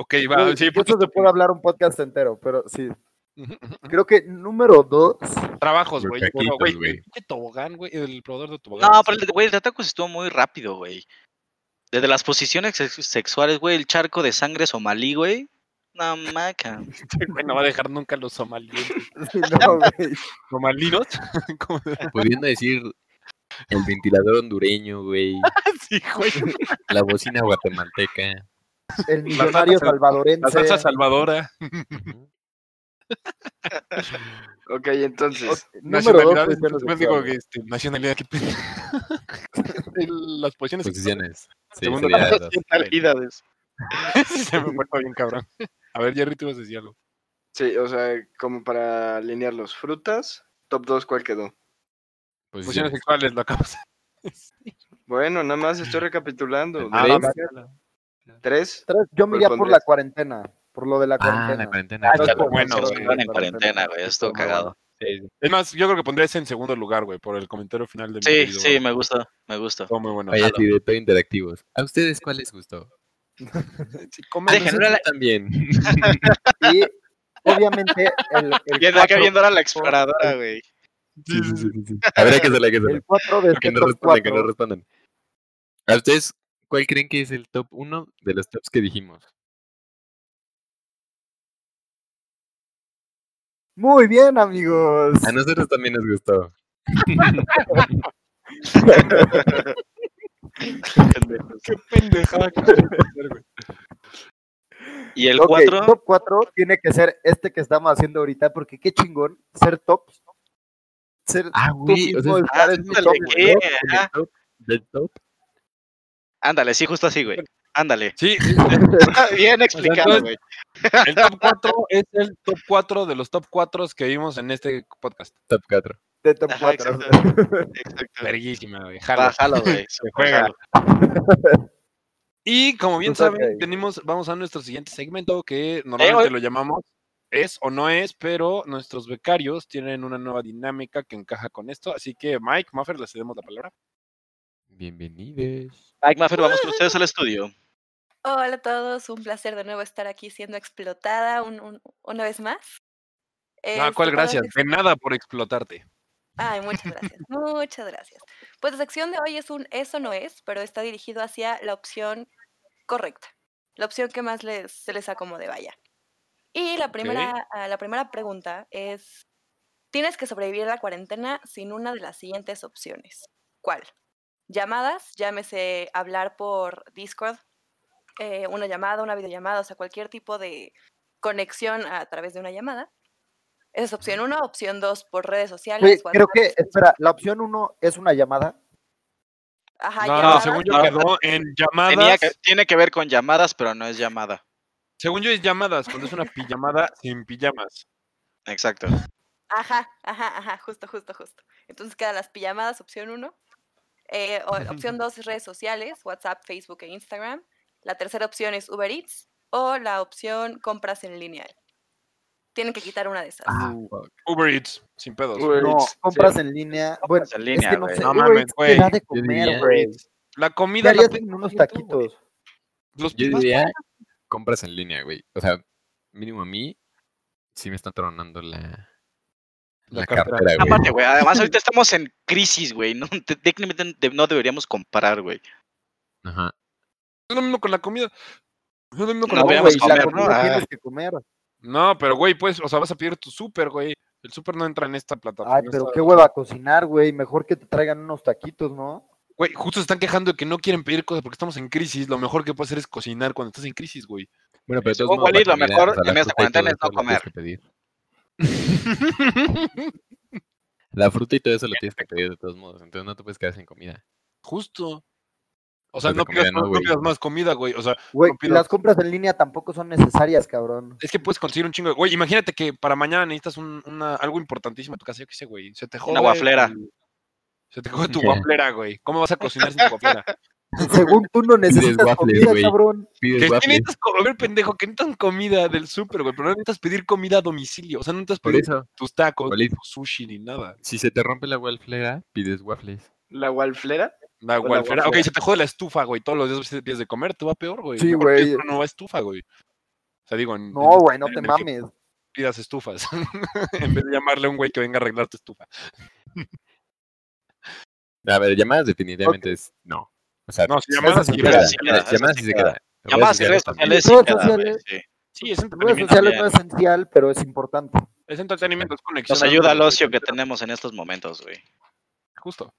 A: Ok,
D: Uy,
A: va, sí,
D: de
A: frutas
D: eso se puede hablar un podcast entero, pero sí.
A: Ujú, ujú.
D: Creo que número dos.
A: Trabajos,
E: Los
A: güey.
E: taquitos,
A: Bueno, güey,
E: güey.
A: el pinche tobogán, güey, el probador de tobogán.
B: No, pero el de- güey, el de tacos estuvo muy rápido, güey. Desde las posiciones sex- sexuales, güey, el charco de sangre somalí, güey. No, maca.
A: Güey, no va a dejar nunca los somalinos.
D: Sí, no, güey.
A: ¿Somalinos? ¿Cómo se
E: Pudiendo decir el ventilador hondureño, güey.
A: sí, güey.
E: La bocina guatemalteca.
D: El millonario
A: salsa- La
D: salvadorense.
A: salsa salvadora.
E: Ujú.
C: Ok, entonces.
D: Número dos.
A: Nacionalidades,
D: posiciones
A: pues, digo,
D: sexuales.
A: este, nacionalidad, qué pedo. El- Las posiciones.
E: Posiciones. Sí,
A: Segundo
E: sería
A: lugar,
E: dos.
B: Nacionalidades.
A: Sí, se me fue bien, cabrón. A ver, Jerry, tú ibas a decir algo.
C: Sí, o sea, como para alinear los frutas. Top 2, ¿cuál quedó?
E: Pues
A: Posiciones
E: Posiciones.
A: sexuales, lo acabas.
C: Bueno, nada más estoy recapitulando.
E: Ah,
C: Tres,
E: va.
C: Tres.
D: Tres, Yo me iría por
C: pondrías?
D: la cuarentena. Por lo de la
E: Ah, la
D: cuarentena.
E: cuarentena.
D: Ah,
E: claro.
D: está
A: Bueno,
B: Bueno,
A: güey,
B: en cuarentena, güey. Estuvo
D: Bueno,
B: cagado.
E: Sí, sí.
A: Es más, yo creo que pondré ese en segundo lugar, güey, por el comentario final de mi
B: Sí,
A: querido-
B: sí, me gustó, me gustó.
A: Estuvo muy bueno.
E: Oye, sí, de todo interactivos. ¿A ustedes cuál les gustó?
A: Sí, come-
B: Dejen una la-
E: También.
D: Y obviamente el, el
B: Viendo acá
D: cuatro-
B: viendo a la exploradora, güey.
E: Sí, sí, sí, sí, sí. A ver, hay que hacerla, hay que hacerla.
D: el 4 de
E: Que
D: este
E: no
D: top
E: respondan, que no
D: 4.
E: respondan. ¿A ustedes cuál creen que es el top 1 de los tops que dijimos?
D: Muy bien, amigos.
E: A nosotros también nos gustó.
A: Qué pendejada que acabas de hacer, güey.
B: Y el
D: Ok,
B: 4,
D: top 4 tiene que ser este que estamos haciendo ahorita, porque qué chingón ser top. Ser
E: Ah,
D: tú
E: güey. O
D: mismo
E: sea,
D: estar en tu
B: ándale,
D: top,
B: ¿qué?
D: ¿no?
E: en el top del top.
B: ándale, sí, justo así, güey. Ándale.
A: Sí,
B: Ah, Bien explicado,
A: entonces-
B: güey.
A: el top 4 es el top 4 de los top 4 que vimos en este podcast.
E: Top 4.
D: de top
B: Ajá,
D: 4.
B: exacto. Exacto.
A: Verguísima, güey. jalo.
B: Bájalo, güey.
A: juega.
B: Bájalo.
A: Y como bien
D: Pues,
A: saben,
D: ok.
A: tenemos, vamos a nuestro siguiente segmento que normalmente lo llamamos es o no es, pero nuestros becarios tienen una nueva dinámica que encaja con esto. Así que, Mike, Maffer, le cedemos la palabra.
E: Bienvenidos.
B: Mike Maffer, vamos con ustedes al estudio.
F: Hola a todos, un placer de nuevo estar aquí siendo explotada un- un- una vez más.
A: Ah,
F: Este,
A: ¿cuál
F: para
A: gracias?
F: la
A: De nada por explotarte.
F: Ay, muchas gracias, muchas gracias. Pues la sección de hoy es un eso no es, pero está dirigido hacia la opción correcta, la opción que más les, se les acomode, vaya. Y la primera, ah, la primera pregunta es, tienes que sobrevivir a la cuarentena sin una de las siguientes opciones. ¿Cuál? Llamadas, llámese hablar por Discord, eh, una llamada, una videollamada, o sea, cualquier tipo de conexión a través de una llamada. Esa es opción uno. Opción dos, por redes
D: Güey,
F: sociales.
D: creo
F: WhatsApp,
D: que, espera, la opción 1 es una llamada.
F: Ajá,
A: No,
F: llamadas.
A: según yo
B: no.
A: quedó en
B: Tenía
A: llamadas.
B: que- tiene que ver con llamadas, pero no es llamada.
A: Según yo es llamadas, cuando es una pijamada sin pijamas.
B: Exacto.
F: Ajá, ajá, ajá, justo, justo, justo. Entonces quedan las pijamadas, opción uno. Eh, o- opción dos es redes sociales, WhatsApp, Facebook e Instagram. La tercera opción es Uber Eats. O la opción compras en línea. Tienen que quitar una de esas.
E: Ah,
A: Uh,
E: fuck.
A: Uber Eats, sin pedos.
C: Uber
D: No,
C: Eats, sí.
D: compras en línea. Bueno,
B: Pues en línea,
D: es que no
B: güey.
D: sé,
A: No
D: Uber
A: mames,
D: Eats
A: güey.
D: te da de
E: Yo diría
D: comer, güey.
A: La
D: ¿Qué
A: comida la
D: harías
A: pe-
D: con unos taquitos?
A: los
E: Yo
A: más-
E: diría compras en línea, güey. O sea, mínimo a mí sí me está tronando la, la,
A: La cartera.
E: cartera, güey.
B: Aparte, güey, además ahorita estamos en crisis, güey. No, te- técnicamente de- no deberíamos comparar, güey.
E: Ajá.
A: Es lo mismo con la comida. Es lo mismo con
B: No,
A: la comida.
D: No,
B: deberíamos
D: güey, la
B: comer, ¿no?
D: comida
B: Ah.
D: tienes que comer.
A: No, pero güey, pues, o sea, vas a pedir tu súper, güey. El súper no entra en esta plataforma.
D: Ay,
A: en
D: pero
A: esta-
D: qué hueva cocinar, güey. Mejor que te traigan unos taquitos, ¿no?
A: Güey, justo se están quejando de que no quieren pedir cosas porque estamos en crisis. Lo mejor que puedes hacer es cocinar cuando estás en crisis, güey.
E: Bueno, pero de todos
B: Según
E: modos, la
B: Walid, lo
E: comida,
B: mejor
E: o sea, la
B: en esta
E: fruta y todo
B: cuarentena es no
E: eso lo tienes
B: comer.
E: que pedir. La fruta y todo eso lo tienes que pedir de todos modos, entonces no te puedes quedar sin comida.
A: Justo. O sea,
E: Pues de
A: no pidas,
E: comida no,
A: más, no
E: güey.
A: pidas más comida, güey. O sea,
D: Güey,
A: No pidas-
D: las compras en línea tampoco son necesarias, cabrón.
A: es que puedes conseguir un chingo de. Güey, imagínate que para mañana necesitas un, una, algo importantísimo en tu casa. Yo qué sé, güey. Se te jode.
B: Una wafflera.
A: tu- Se te jode tu wafflera, güey. ¿Cómo vas a cocinar sin tu wafflera?
D: Según tú no necesitas
E: waffles,
D: comida,
E: güey.
D: cabrón.
A: Que
E: Pides
A: sí
E: waffles.
A: necesitas co- a ver, pendejo, que necesitan comida del súper, güey, pero no necesitas pedir comida a domicilio. O sea, no necesitas
E: Por
A: pedir
E: eso,
A: tus tacos,
E: Igualito.
A: tu sushi, ni nada.
E: si se te rompe la wafflera, pides waffles.
C: ¿La walflera?
B: Pues
A: La
C: Con la
A: gualfera. ah, Ok,
C: gualfera.
A: se te jode la estufa, güey. Todos los días si te pides de comer, te va peor, güey.
D: Sí,
A: Mejor pides
D: güey.
A: una nueva estufa, güey. O sea, digo, en,
D: No, güey, no
A: en
D: te
A: el
D: mames.
A: pidas estufas. en vez de llamarle a un güey que venga a arreglar tu estufa.
E: A ver, llamadas definitivamente es no. O sea,
A: No, si llamadas
E: llamadas
D: sí,
A: y
D: pero
A: redes
B: sí,
A: sociales.
B: pero-
E: llamadas sí se queda.
B: Llamadas y redes sociales. sí
D: Redes
B: queda, güey,
D: sociales.
B: sí.
A: Sí, es
D: Redes
A: entretenimiento.
D: sociales no es esencial, pero es importante.
A: Es entretenimiento, es conexión.
B: Nos ayuda al
A: güey,
B: ocio que
A: etcétera.
B: tenemos en estos momentos, güey.
A: Justo.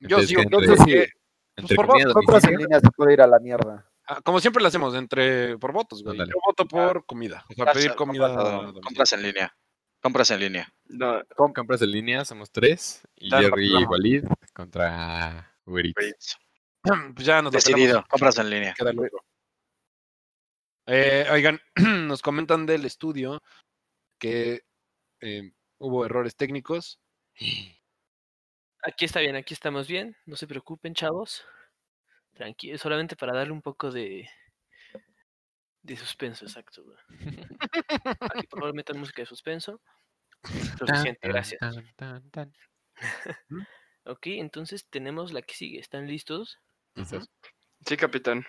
A: Yo
E: Entonces,
A: sí,
E: ¿qué?
A: entonces,
D: Entonces, sí,
A: eh,
E: Entre
A: por
E: comida,
D: compras en
E: domicilio,
D: línea se puede ir a la mierda.
A: ah, como siempre lo hacemos, entre por votos, güey.
E: Ándale.
A: Yo voto por comida. Ah, O sea, pedir comida.
B: Compras,
A: a
B: compras,
A: domicilio.
B: compras en línea. Compras en línea.
C: No,
E: compras en línea, somos tres. Y
A: Claro,
E: Jerry y
A: claro.
E: Walid contra Uber Eats.
A: Pues ya nos la pelamos.
B: Decidido. Compras en línea.
A: Queda el otro. Eh, oigan, nos comentan del estudio que eh, hubo errores técnicos.
G: Aquí está bien, aquí estamos bien. No se preocupen, chavos. Tranquilo, solamente para darle un poco de. de suspenso, exacto. güey. Aquí por favor metan música de suspenso. Suficiente,
E: Tan,
G: gracias.
E: tan, tan, tan.
G: Ok, entonces tenemos la que sigue. ¿Están listos?
E: Quizás.
C: sí, capitán.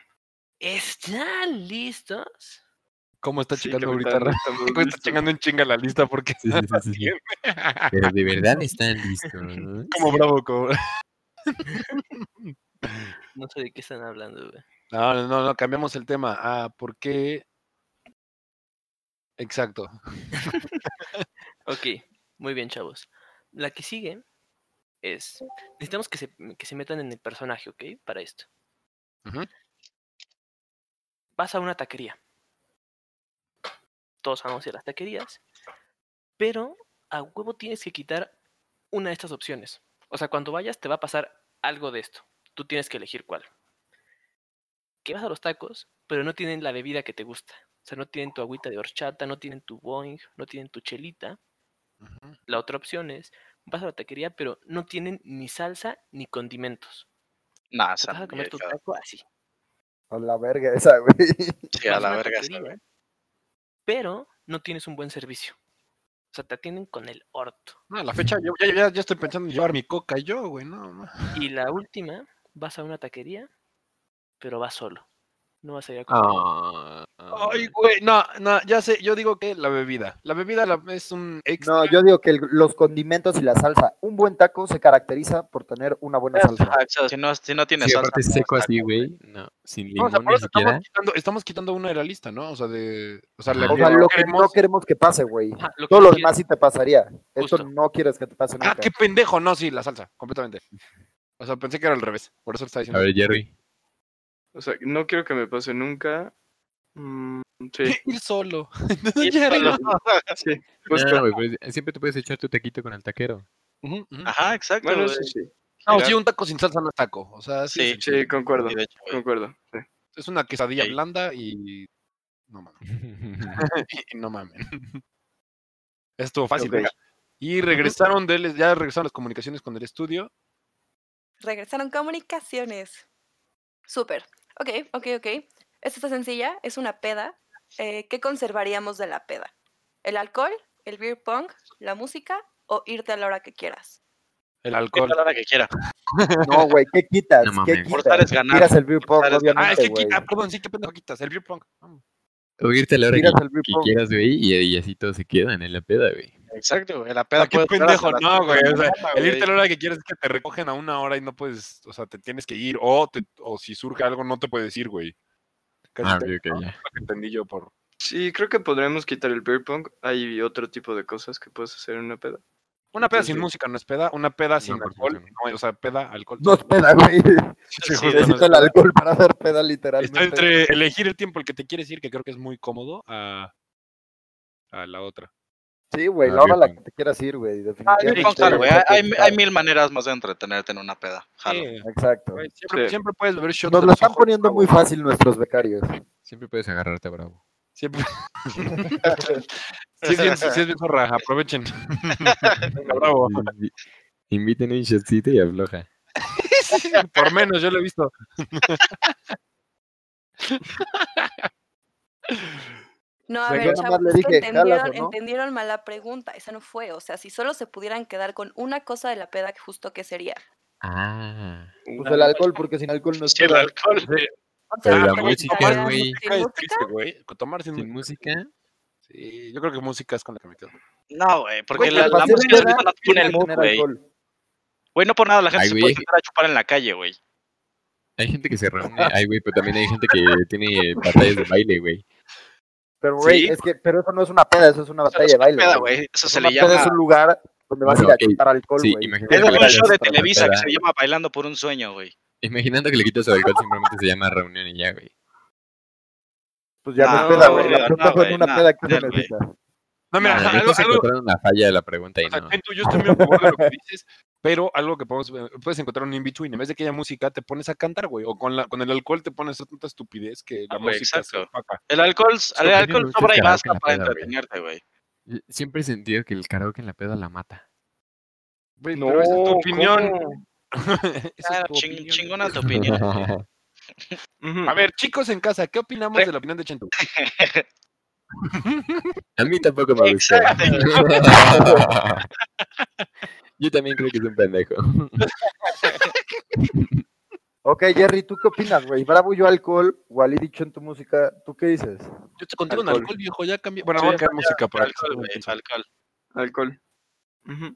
G: ¿Están listos?
A: ¿Cómo está
C: Sí,
A: checando ahorita?
C: capitán,
A: Ra-
C: estamos
A: ¿Cómo está
C: listos.
A: checando en chinga la lista porque
E: Sí, sí, sí, sí, sí. Pero de verdad están listos.
A: como bravo. como-
G: No sé de qué están hablando, güey.
A: No, no, no, no, cambiamos el tema. Ah, ¿por qué? Exacto.
G: Ok, muy bien, chavos. La que sigue es. Necesitamos que se, que se metan en el personaje, ¿ok? Para esto.
A: Ujú.
G: Vas a una taquería. Todos sabemos de las taquerías. Pero a huevo tienes que quitar una de estas opciones. O sea, cuando vayas te va a pasar algo de esto. Tú tienes que elegir cuál. Que vas a los tacos, pero no tienen la bebida que te gusta. O sea, no tienen tu agüita de horchata, no tienen tu boing, no tienen tu chelita.
A: Ujú.
G: La otra opción es, vas a la taquería, pero no tienen ni salsa ni condimentos.
B: Nah,
G: Te vas a
B: Sam,
G: comer tu
B: ya,
G: taco así.
D: A la verga esa, güey.
B: sí, a
G: vas
B: la
G: una
B: verga.
G: taquería,
B: Sam.
G: Pero no tienes un buen servicio. O sea, te atienden con el orto.
A: No, a la fecha yo ya, ya- ya estoy pensando en llevar mi coca yo, güey, no, no.
G: Y la última, vas a una taquería, pero vas solo. No vas a ir a comprar.
E: Ah, ah.
A: Ay, güey, no, no, ya sé, yo digo que la bebida. La bebida la- es un extra.
D: No, yo digo que el- los condimentos y la salsa. Un buen taco se caracteriza por tener una buena salsa.
B: Ah, exacto, Si no, si no tienes
E: Sí,
B: salsa,
E: aparte
B: no
E: seco
B: está
E: así, güey. No, sin
A: No, o
E: limón
A: sea, por
E: ni
A: eso
E: siquiera.
A: estamos quitando, estamos quitando una de la lista, ¿no? O sea, de. O sea,
E: Ah.
A: la
D: O
A: que
D: sea,
A: no
D: lo que
A: queremos-
D: no queremos que pase, güey.
G: Ajá, lo que
D: Todo
G: no
D: lo
G: quieres-
D: demás sí te pasaría. Esto
G: Justo.
D: no quieres que te pase
A: Ah,
D: nunca.
A: qué pendejo, no, sí, la salsa, completamente. O sea, pensé que era al revés, por eso lo estaba
E: A
A: diciendo.
E: ver, Jerry.
C: O sea, no quiero que me pase nunca. Mm, sí,
A: Ir solo.
B: Ir
A: Jerry,
B: solo.
A: no.
C: sí.
E: No,
C: Busco.
E: güey, pues, siempre te puedes echar tu taquito con el taquero.
A: Ujú, ujú.
B: Ajá, exacto.
C: Bueno,
B: güey.
C: eso sí.
A: No,
B: Mira.
A: sí, un taco sin salsa no es taco. O sea, sí.
B: Sí.
A: es-
C: Sí, concuerdo.
B: Y de hecho, güey,
C: Concuerdo. sí.
A: Es una quesadilla
B: Ok.
A: blanda y. No mames. y no mames. Estuvo fácil,
C: Ok.
A: venga. Y regresaron del, ya regresaron las comunicaciones con el estudio.
F: Regresaron comunicaciones. Súper. Ok, ok, ok. Esta está sencilla, es una peda. Eh, ¿Qué conservaríamos de la peda? ¿El alcohol, el beer pong, la música o irte a la hora que quieras?
A: El
B: Pide
A: alcohol.
B: a la hora que quiera.
D: No, güey, ¿qué quitas?
E: No
D: ¿Qué
E: mames.
D: quitas?
B: Cortar es ganar.
D: Tiras el beer pong,
B: Cortar es ganar.
A: Ah, es
D: obviamente,
A: que
D: güey.
A: quita, ah, perdón, sí, qué pendejo quitas. El beer pong. Vamos.
E: O irte a la hora que,
D: Tiras el beer
E: que
D: pong.
E: quieras, güey, y, y así todos se quedan en la peda, güey.
B: Exacto, güey. La
A: Ah,
B: peda
A: qué
B: puede durar hasta
A: pendejo,
B: las
A: no,
B: cinco
A: güey.
B: de la
A: o sea,
B: mañana,
A: el
B: Ah, güey.
A: irte a la hora que quieres es que te recogen a una hora y no puedes, o sea, te tienes que ir, o, te- o si surge algo no te puedes ir, güey. Casi
E: Ah,
A: te-
E: ok, ok, ya.
A: lo que entendí yo por.
C: Sí, creo que podremos quitar el beer pong. Hay otro tipo de cosas que puedes hacer en una peda.
A: Una peda sin
C: Entonces-
A: música no es peda, una peda sin
E: por
A: alcohol,
E: supuesto
A: no, o sea, peda, alcohol.
D: No es peda, güey.
A: Sí, justo, no es
D: Necesito el
A: peda.
D: alcohol para hacer peda,
A: Está
D: literalmente.
A: entre elegir el tiempo al que te quieres ir, que creo que es muy cómodo, a, a la otra.
D: Sí, güey,
E: Ah,
D: la hora a la
E: bien.
D: que te quieras ir, güey.
B: Sí,
D: Definitivamente.
B: consta, güey, Hay, hay-
D: Exacto.
B: hay mil maneras más de entretenerte en una peda. jalo.
A: Sí,
D: Exacto.
A: güey, siempre,
C: Sí.
A: siempre puedes beber shots.
D: Nos
A: de
D: lo
A: los
D: están
A: ojos,
D: poniendo
A: güey.
D: muy fácil nuestros becarios.
E: Siempre puedes agarrarte a bravo.
A: Siempre. sí, es bien, sí, es bien zorra, aprovechen. Venga, bravo.
E: Sí, sí. Inviten un shotcito y afloja.
A: Por menos, yo lo he visto.
F: No,
A: O
F: a
A: sea, yo
F: ver,
D: nada más
F: chavos,
D: le
F: es que
D: dije, "Jalas o
F: entendieron,
D: no".
F: entendieron mal la pregunta, esa no fue. O sea, si solo se pudieran quedar con una cosa de la peda, justo que sería.
E: Ah.
D: Pues el alcohol, porque sin alcohol no es
A: El
D: peda.
A: alcohol.
F: O
E: Pero
F: sea,
E: la
F: ¿con
E: música,
F: guitarra,
E: güey.
F: sin
A: Es
F: música?
A: triste, güey. Tomar sin
E: Sin
A: música.
E: música.
A: Sí, yo creo que música es con la que me quedo.
B: No, güey, porque
D: Güey,
B: la,
D: para
B: la
D: hacer
B: música
D: peda,
B: no te pone
D: tienes
B: el
D: que
B: mood,
D: tener
B: güey.
D: alcohol.
B: Güey, no por nada la gente
E: Ay,
B: se
E: güey.
B: puede empezar a chupar en la calle, güey.
E: Hay gente que se reúne. Ay, güey, pero también hay gente que tiene batallas de baile, güey.
D: Pero,
B: Sí.
D: güey, es que, pero eso no es una peda, eso es una batalla de baile.
B: Peda,
D: güey.
B: güey. Eso se
D: Una
B: le
D: peda
B: llama.
D: es un lugar donde vas a ir
E: Bueno,
D: a
E: ok.
D: chutar alcohol,
E: Sí,
D: güey.
E: imagínate.
B: Es
E: que
B: como
E: le
B: un
E: quitas
B: show de
E: otra
B: Televisa que
E: peda.
B: se llama Bailando por un sueño, güey.
E: Imaginando que le quitas el alcohol, simplemente se llama reunión y ya, güey.
D: Pues ya no,
B: No,
D: es peda,
C: no,
D: güey.
B: no,
D: La pregunta fue en
B: güey,
D: una
B: no,
D: peda que
B: no,
D: se
B: güey.
D: necesita.
A: No, mira,
E: No,
A: ajá,
E: no,
A: algo,
E: se
A: algo,
E: encontraron la falla de la pregunta y
A: o sea,
E: no.
A: Chento, yo estoy muy a favor de lo que dices, pero algo que podemos, eh, puedes encontrar un in-between. En vez de que haya música, te pones a cantar, güey. O con, la, con el alcohol te pones a tanta estupidez que la
B: Ah, güey,
A: música se
B: exacto.
A: opaca.
B: El alcohol,
E: que
B: el
E: a mí me
B: alcohol
E: gusta el
B: sobra y
E: karaoke
B: basta
E: en la
B: para
E: peda, güey.
B: entretenerte, güey.
E: Yo Siempre he sentido que el karaoke en la peda la mata.
A: Güey,
C: No,
A: pero esa es tu opinión.
C: ¿cómo?
A: Esa es
B: Ah,
A: tu
B: ching-
A: opinión.
B: chingona tu opinión.
C: Ujú.
A: A ver, chicos en casa, ¿qué opinamos
B: Re-
A: de la opinión de Chento?
E: A mí tampoco me gusta.
B: Exacto.
E: Yo también creo que es un pendejo.
D: Ok, Jerry, ¿tú qué opinas, güey? Bravo yo alcohol, Wally dicho en tu música, ¿tú qué dices?
A: Yo te contigo en
C: Alcohol.
A: alcohol, viejo, ya cambié. Bueno,
C: Sí,
A: vamos a quedar música para que
B: Alcohol, güey,
A: se
B: alcohol.
C: Alcohol. Ujú.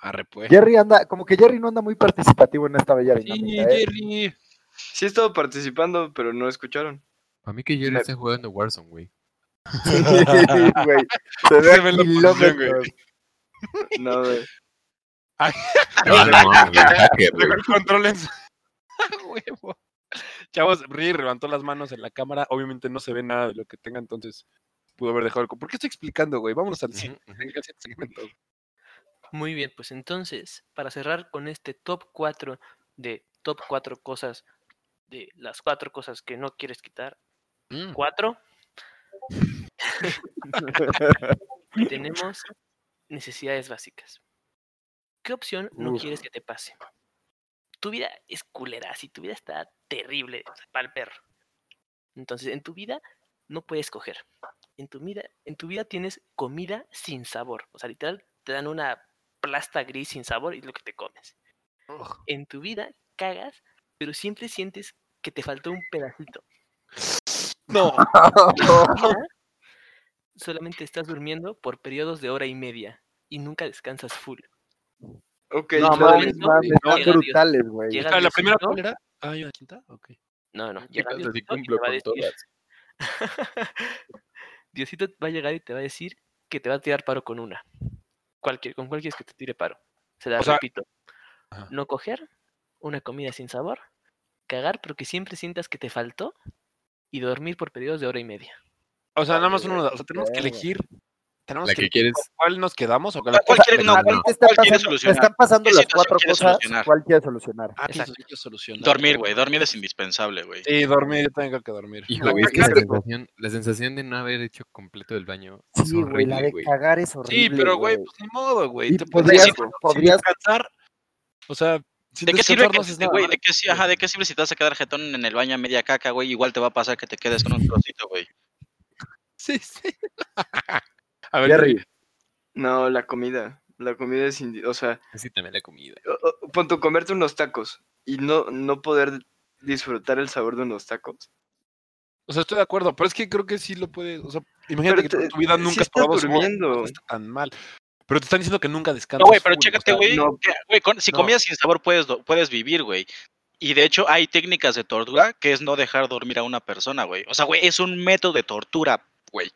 A: Arre, pues.
D: Jerry anda, como que Jerry no anda muy participativo en esta bella
A: Sí,
D: dinámica, ¿eh?
A: Jerry.
C: Sí he estado participando, pero no escucharon.
E: A mí que yo
C: Me-
E: le está jugando Warzone, güey.
D: Sí, güey. Se ve
A: Se ve
D: a
A: la posición,
D: kilómetros.
C: No, güey.
E: No, no, no, güey, hacker, güey.
A: Mejor controles. Ah, Huevo. Chavos, Ri levantó las manos en la cámara. Obviamente no se ve nada de lo que tenga, entonces pudo haber dejado algo. ¿Por qué estoy explicando, güey? Vámonos al
E: Ujú,
A: siguiente
E: ujú.
A: al siguiente segmento.
G: Muy bien, pues entonces, para cerrar con este top 4 de top 4 cosas, de las cuatro cosas que no quieres quitar,
A: Mm.
G: cuatro, tenemos necesidades básicas. ¿Qué opción no
D: Uf.
G: quieres que te pase? Tu vida es culera, si tu vida está terrible para el perro. Entonces, en tu vida no puedes coger. En tu vida, en tu vida tienes comida sin sabor. O sea, literal, te dan una plasta gris sin sabor y es lo que te comes. En tu vida cagas, pero siempre sientes que te faltó un pedacito.
A: No,
G: Ajá. Solamente estás durmiendo por periodos de hora y media y nunca descansas full.
C: Ok,
D: No
C: está
D: mames,
C: bien.
G: no,
D: mames,
G: no,
D: están
G: no,
D: brutales, güey.
G: Llega
A: Ah, la
G: Diosito,
A: primera cuál era? Ah, ¿y la quinta? Ok.
G: No, no,
E: ¿Qué
G: llega
E: pasa si
G: Diosito y
E: cumplo
G: te va a
E: con
G: decir.
E: todas?
G: Diosito va a llegar y te va a decir que te va a tirar paro con una. Cualquier, con cualquier que te tire paro. Se la
A: O sea-
G: repito.
A: Ajá.
G: No coger, una comida sin sabor, cagar pero que siempre sientas que te faltó y dormir por periodos de hora y media.
A: O sea, nada
D: Vale,
A: más uno.
D: güey,
A: O sea, tenemos que
D: verga.
A: elegir. Tenemos
E: La
A: que
E: que
A: elegir
E: quieres.
A: con cuál nos quedamos o con la
B: ¿Cuál- cuál quieres? No,
E: Ah,
D: ¿Cuál
E: no.
D: te está
B: ¿Cuál quieres
D: pasando? Te
B: solucionar?
D: están pasando
B: ¿Qué
D: las
B: situación
D: cuatro
B: quieres
D: cosas,
B: solucionar?
D: ¿cuál quieres solucionar?
A: Ah, tienes
G: Exacto.
A: que solucionar.
B: Dormir, güey. Dormir es indispensable, güey.
A: Sí, dormir, yo también tengo que dormir.
E: Hijo,
A: La
E: güey, es que la
A: cagaste, güey.
E: sensación, la sensación de no haber hecho completo el baño es
D: Sí, güey, la
E: horrible,
D: de
E: güey.
D: cagar es
A: Sí,
D: horrible,
A: pero güey, pues ni modo, güey.
D: Y
A: Te puedes
D: podrías,
A: sin-
D: podrías,
A: sin descansar. O sea, sin
B: ¿De qué sirve
A: descansar no
B: que,
A: haces
B: de-
A: nada.
B: güey, de qué si- ajá, ¿de qué sirve si te vas a quedar jetón en el baño a media caca, güey? Igual te va a pasar que te quedes con un trocito, güey.
A: Sí, sí. A ver,
D: Jerry,
C: No, la comida. La comida es... indi- O sea,
E: Así también la comida.
C: o- o- pon tú, comerte unos tacos y no, no poder disfrutar el sabor de unos tacos.
A: O sea, estoy de acuerdo, pero es que creo que sí lo puedes. O sea, imagínate
C: Pero
A: que tú en
C: te-
A: tu vida
C: sí
A: nunca has
C: estás
A: probado su
C: durmiendo.
A: No está tan mal. Pero te están diciendo que nunca descansas.
B: No, güey, pero
A: full, o
B: chécate,
A: sea,
B: güey.
C: no.
B: que- güey, con- si
A: No.
B: comías sin sabor puedes, do- puedes vivir, güey. Y de hecho hay técnicas de tortura que es no dejar dormir a una persona, güey. O sea, güey, es un método de tortura, güey.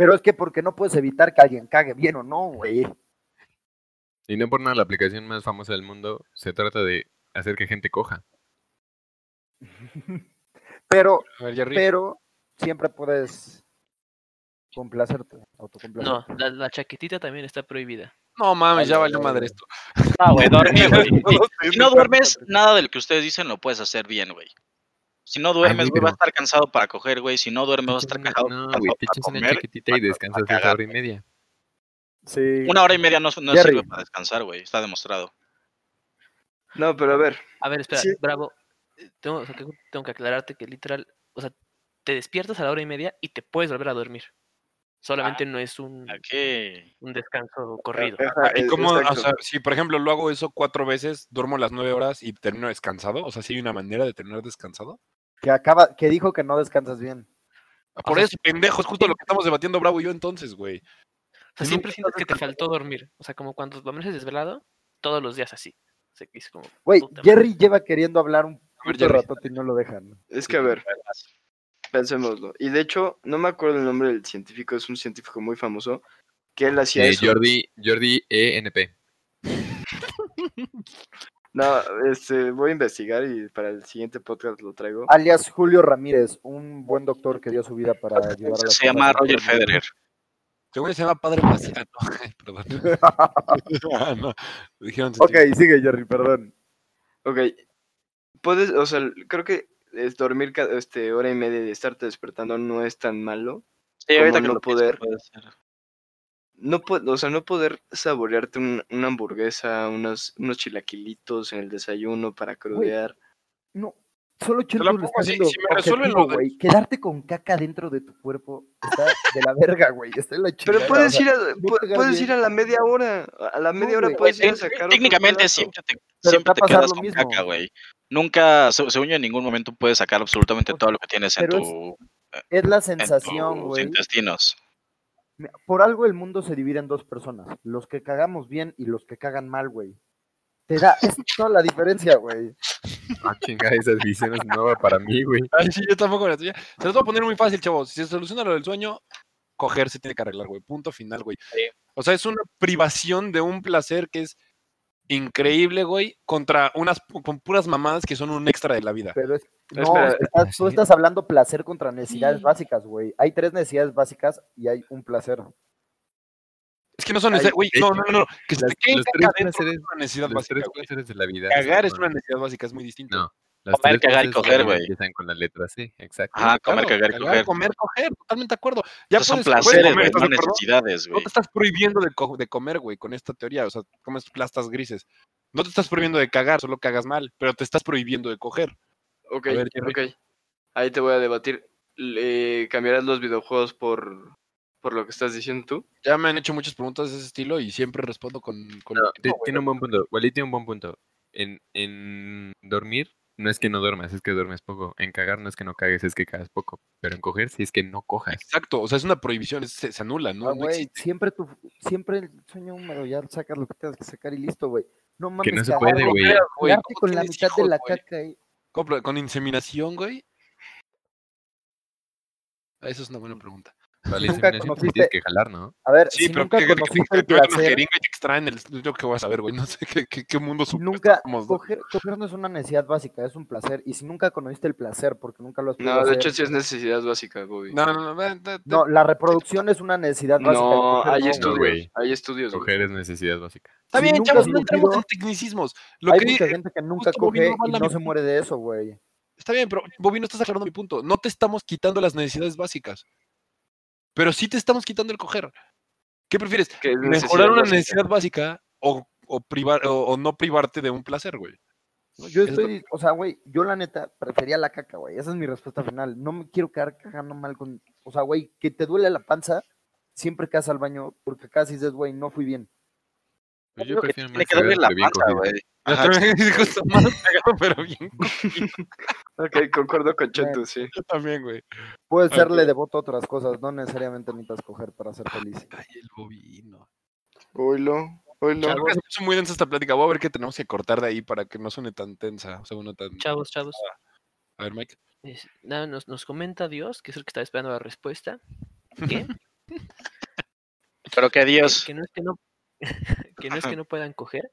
D: pero es que porque no puedes evitar que alguien cague bien o no, güey.
E: Y no por nada la aplicación más famosa del mundo se trata de hacer que gente coja.
D: Pero,
A: A ver, Jerry.
D: pero siempre puedes complacerte,
G: No,
D: autocomplacerte.
G: la, la chaquetita también está prohibida.
A: No mames, ya
D: Vale,
A: valió madre
D: vale.
A: esto.
B: No, güey, dormir, güey. Si no
A: Están-
B: duermes, nada del que ustedes dicen lo puedes hacer bien, güey. Si no duermes,
E: güey,
B: güey, vas a
E: pero-
B: estar cansado para coger, güey. Si no duermes, vas a
E: Te
B: estar
E: echas
B: cajado-
E: una-
B: cansado
E: No, güey, te
B: para
E: echas una
B: comer.
E: chaquetita y
B: para-
E: descansas
B: para
E: esa hora y media.
D: Sí.
B: Una hora y media no, no
D: Jerry.
B: sirve para descansar, güey. Está demostrado.
C: No, pero a ver.
G: A ver, espera,
C: Sí.
G: Bravo. Tengo, o sea, tengo- tengo que aclararte que literal, o sea, te despiertas a la hora y media y te puedes volver a dormir. Solamente no es un,
B: Ah, Ok.
G: un descanso corrido.
C: Ajá,
A: ¿Y
C: e-
A: cómo, o
C: exacto.
A: sea, si por ejemplo lo hago eso cuatro veces, duermo las nueve horas y termino descansado? O sea, si hay una manera de terminar descansado.
D: Que acaba, que dijo que no descansas bien.
A: Ah, Por
G: sea,
A: eso, pendejo, es justo lo que estamos debatiendo Bravo y yo entonces, güey.
G: O sea,
A: Nunca
G: siempre sientes que te faltó dormir. O sea, como cuando amaneces desvelado, todos los días así. O sea, que es como,
D: Güey,
G: Puta madre.
D: Jerry lleva queriendo hablar un
A: A ver,
D: puto
A: Jerry.
D: rato y no lo dejan.
C: Es que a ver, pensémoslo. Y de hecho, no me acuerdo el nombre del científico, es un científico muy famoso, que él hacía
E: Eh,
C: eso.
E: Jordi, Jordi E ENP.
C: No, este, voy a investigar y para el siguiente podcast lo traigo.
D: Alias Julio Ramírez, un buen doctor que dio su vida para ayudar a la
B: Se llama Roger Federer.
A: Según él se llama Padre Paciano. Ay, perdón. Ah, no. Dijeron
D: Ok, sigue Jerry, perdón.
C: Ok. Puedes, o sea, creo que es dormir ca- este, hora y media y estarte despertando no es tan malo.
B: Sí,
C: Como
B: ahorita que
C: no
B: lo pienso,
C: poder.
B: puede ser.
C: No po- o sea, no poder saborearte un- una hamburguesa, unos, unos chilaquilitos en el desayuno para crudear.
D: No, solo Chelo
A: la
D: lo
A: pongo
D: está
A: así,
D: haciendo
A: si me resuelven
D: objetivo,
A: lo de-
D: güey. Quedarte con caca dentro de tu cuerpo está de la verga, güey. Está en la chingada.
C: Pero puedes
D: o sea,
C: ir, a,
D: no
C: pu-
D: cagar
C: puedes
D: bien.
C: ir a la media hora. A a la
D: No,
C: media hora
D: güey.
C: puedes ir a
B: Tec-
C: sacar otro
B: Pues, Técnicamente
C: pedazo.
B: siempre te,
D: te va
B: siempre
D: a
B: te
D: pasar
B: quedas
D: lo
B: con
D: mismo.
B: caca, güey. Nunca, se- según yo, en ningún momento puedes sacar absolutamente todo lo que tienes en,
D: pero es
B: tu,
D: Es la
B: en
D: sensación,
B: tus
D: güey.
B: intestinos.
D: Mira, Por algo el mundo se divide en dos personas, los que cagamos bien y los que cagan mal, güey. Te da, es toda la diferencia, güey.
E: Ah, chinga, esa división es nueva para mí, güey.
A: Ay, sí, yo tampoco la tuya. Se los voy a poner muy fácil, chavos. Si se soluciona lo del sueño, coger se tiene que arreglar, güey. Punto final, güey. O sea, es una privación de un placer que es increíble, güey, contra unas pu- con puras mamaamadas que son un extra de la vida.
D: Pero es, no,
C: Espera,
D: estás- tú
E: sí.
D: estás hablando placer contra necesidades básicas, güey. Hay tres necesidades básicas y hay un placer.
A: Es que no son
E: Ay,
A: necesarias, güey.
E: de
A: No,
E: hecho,
A: no, no, no. Que se
E: Las-
A: te quede
E: los
A: caca
E: tres
A: adentro
E: placeres-
A: es una necesidad
E: Los
A: básica.
E: tres
A: güey.
E: placeres de la vida. se
A: Cagar es
E: llaman-
A: una necesidad básica, es muy distinto.
E: No. Las
B: Comer,
E: tres
B: cagar y
E: placeres de la
B: coger,
E: vida
B: güey. Ah,
E: Empiezan con la letra C, exacto.
B: Ajá, comer, cagar y coger.
A: comer, coger, totalmente de acuerdo. Ya
B: Esos son
A: puedes- puedes
B: placeres,
A: comer,
B: güey,
A: ¿estás
B: no
A: de acuerdo?
B: necesidades,
A: no
B: güey.
A: te estás prohibiendo de, co- de comer, güey, con esta teoría. O sea, comes plastas grises. No te estás prohibiendo de cagar, solo cagas mal, pero te estás prohibiendo de coger.
C: Ok,
A: A ver, Jerry.
C: ok. Ahí te voy a debatir. Le- ¿Cambiarás los videojuegos por, por lo que estás diciendo tú?
A: Ya me han hecho muchas preguntas de ese estilo y siempre respondo con. con-
E: No, ti- tiene un buen punto. Wally tiene un buen punto. En, en dormir no es que no duermas, es que duermes poco. En cagar no es que no cagues, es que cagas poco. Pero en coger sí es que no cojas.
A: Exacto, o sea, es una prohibición, es- se, se anula, ¿no?
D: Ah,
A: No
D: güey,
A: existe.
D: siempre tu, siempre el sueño húmedo, ya sacas lo que tengas que sacar y listo, güey. No mames,
E: Que no se
D: cagar,
E: puede, güey.
A: creas, güey,
D: quedarte
A: ¿cómo
D: con la
A: tienes
D: mitad de
A: hijos,
D: la
A: güey?
D: caca ahí.
A: ¿Cómo pro- ¿Con inseminación, güey? Ah, Esa es una buena pregunta.
E: Para la
D: Nunca
E: inseminación te tienes
D: conociste-
E: que jalar, ¿no?
D: A ver,
A: Sí,
D: Eh, si
A: pero
D: nunca
A: que,
D: conociste el
A: una
D: placer,
A: jeringa y te extraen el. Yo creo que voy a saber, güey. No sé qué, qué, qué mundo
D: si
A: supuesto
D: nunca
A: somos, ¿no?
D: coger, coger no es una necesidad básica, es un placer. Y si nunca conociste el placer, porque nunca lo has podido
C: No, de
D: hacer,
C: hecho sí es necesidad básica, Bobby.
A: No, no, no. ve, ve, ve.
D: no, la reproducción es una necesidad básica.
C: No,
D: coger
C: hay
D: no,
E: estudio.
C: estudios.
D: güey.
E: güey.
C: Hay estudios. güey.
E: Coger es necesidad básica.
A: Está
D: si
A: bien,
D: nunca
A: chavos,
D: has
A: no entremos en
D: cogido-
A: tecnicismos. Lo
D: Hay
A: que
D: mucha
A: eh,
D: gente que nunca
A: justo Bobby no
D: coge
A: va a
D: y
A: la
D: no se
A: mitad.
D: muere de eso, güey.
A: Está bien, pero Bobby, no estás aclarando mi punto. No te estamos quitando las necesidades básicas. Pero sí te estamos quitando el coger. ¿Qué prefieres?
C: Que es
A: ¿Mejorar una
C: básica.
A: necesidad básica o, o privar, o, o no privarte de un placer, güey?
D: Yo
A: Es lo-
D: estoy, o sea, güey, yo la neta prefería la caca, güey. Esa es mi respuesta final. No me quiero quedar cagando mal con, o sea, güey, que te duele la panza siempre que vas al baño porque acá sí dices, güey, no fui bien.
E: Pues
B: Yo digo
E: yo
B: que
E: prefiero
B: tiene
E: más
B: que darle
E: cagar,
B: la
E: pero bien
B: panza,
E: cogido.
B: güey.
A: Ajá,
B: Ajá,
A: justo más pegado, pero bien.
C: Ok, concuerdo con Chetu, sí.
A: Yo también, güey.
D: Puedes
A: Ok.
D: serle devoto a otras cosas, no necesariamente necesitas coger para ser feliz.
A: Ay, el Bobby, no.
C: Oilo, oilo.
A: Creo que se puso muy densa esta plática. Voy a ver qué tenemos que cortar de ahí para que no suene tan tensa. O sea, bueno, tan...
G: Chavos, chavos.
A: A ver, Mike.
G: es- nada, nos, nos comenta Dios, que es el que está esperando la respuesta, que, que-
B: Pero que
G: que
B: Dios.
G: no es que no, que no es que no puedan coger,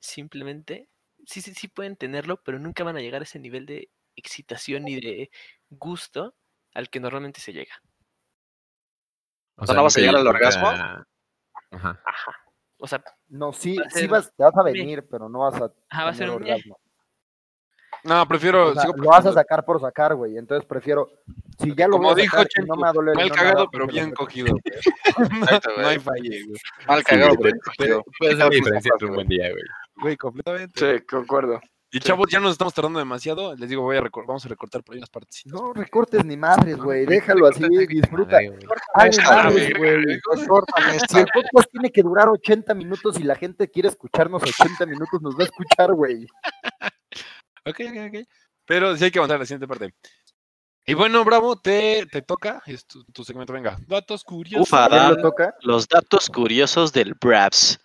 G: simplemente sí, sí, sí pueden tenerlo, pero nunca van a llegar a ese nivel de excitación y de gusto al que normalmente se llega.
E: O
B: sea, ¿no vas a
E: nunca
B: llegar al
E: llega-
B: orgasmo?
E: Ajá.
G: O sea,
D: No, sí,
G: Va a
D: sí
G: ser
D: vas, te vas a
G: meh.
D: venir, pero no vas a
G: ajá, va a ser
D: tener
G: un eh,
D: orgasmo.
A: No, prefiero...
D: O sea,
A: sigo
D: lo vas a
A: prefiriendo-
D: sacar por sacar, güey. Entonces prefiero, si ya lo
A: Como
D: voy a
A: dijo
D: sacar, que no
A: Chenco,
D: me va a doler,
A: Mal
D: no nada,
A: cagado, pero bien
D: prefiero sacar.
A: cogido. güey.
B: Exacto,
A: No hay
B: güey.
A: falle, güey.
B: Mal
E: Sí,
B: cagado,
E: güey,
B: pero
E: puede- Puede ser la diferencia entre un buen día, güey.
A: Güey, completamente.
C: Sí, concuerdo.
A: Y chavos, ya nos estamos tardando demasiado. Les digo, voy a recor- vamos a recortar por ahí unas partes.
D: No recortes ni madres, güey. Déjalo así, disfruta.
E: Madre, güey.
D: Ay,
C: Esta
D: madres,
C: verga,
D: güey. Recórtame. Si el podcast tiene que durar 80 minutos y la gente quiere escucharnos 80 minutos, nos va a escuchar, güey.
A: Ok, ok, ok. Pero sí hay que avanzar a la siguiente parte. Y bueno, Bravo, te, te toca. Es tu, tu segmento, venga. Datos curiosos.
B: Ufa,
D: ¿Quién
B: da-
D: lo toca?
B: Los datos curiosos del Braps.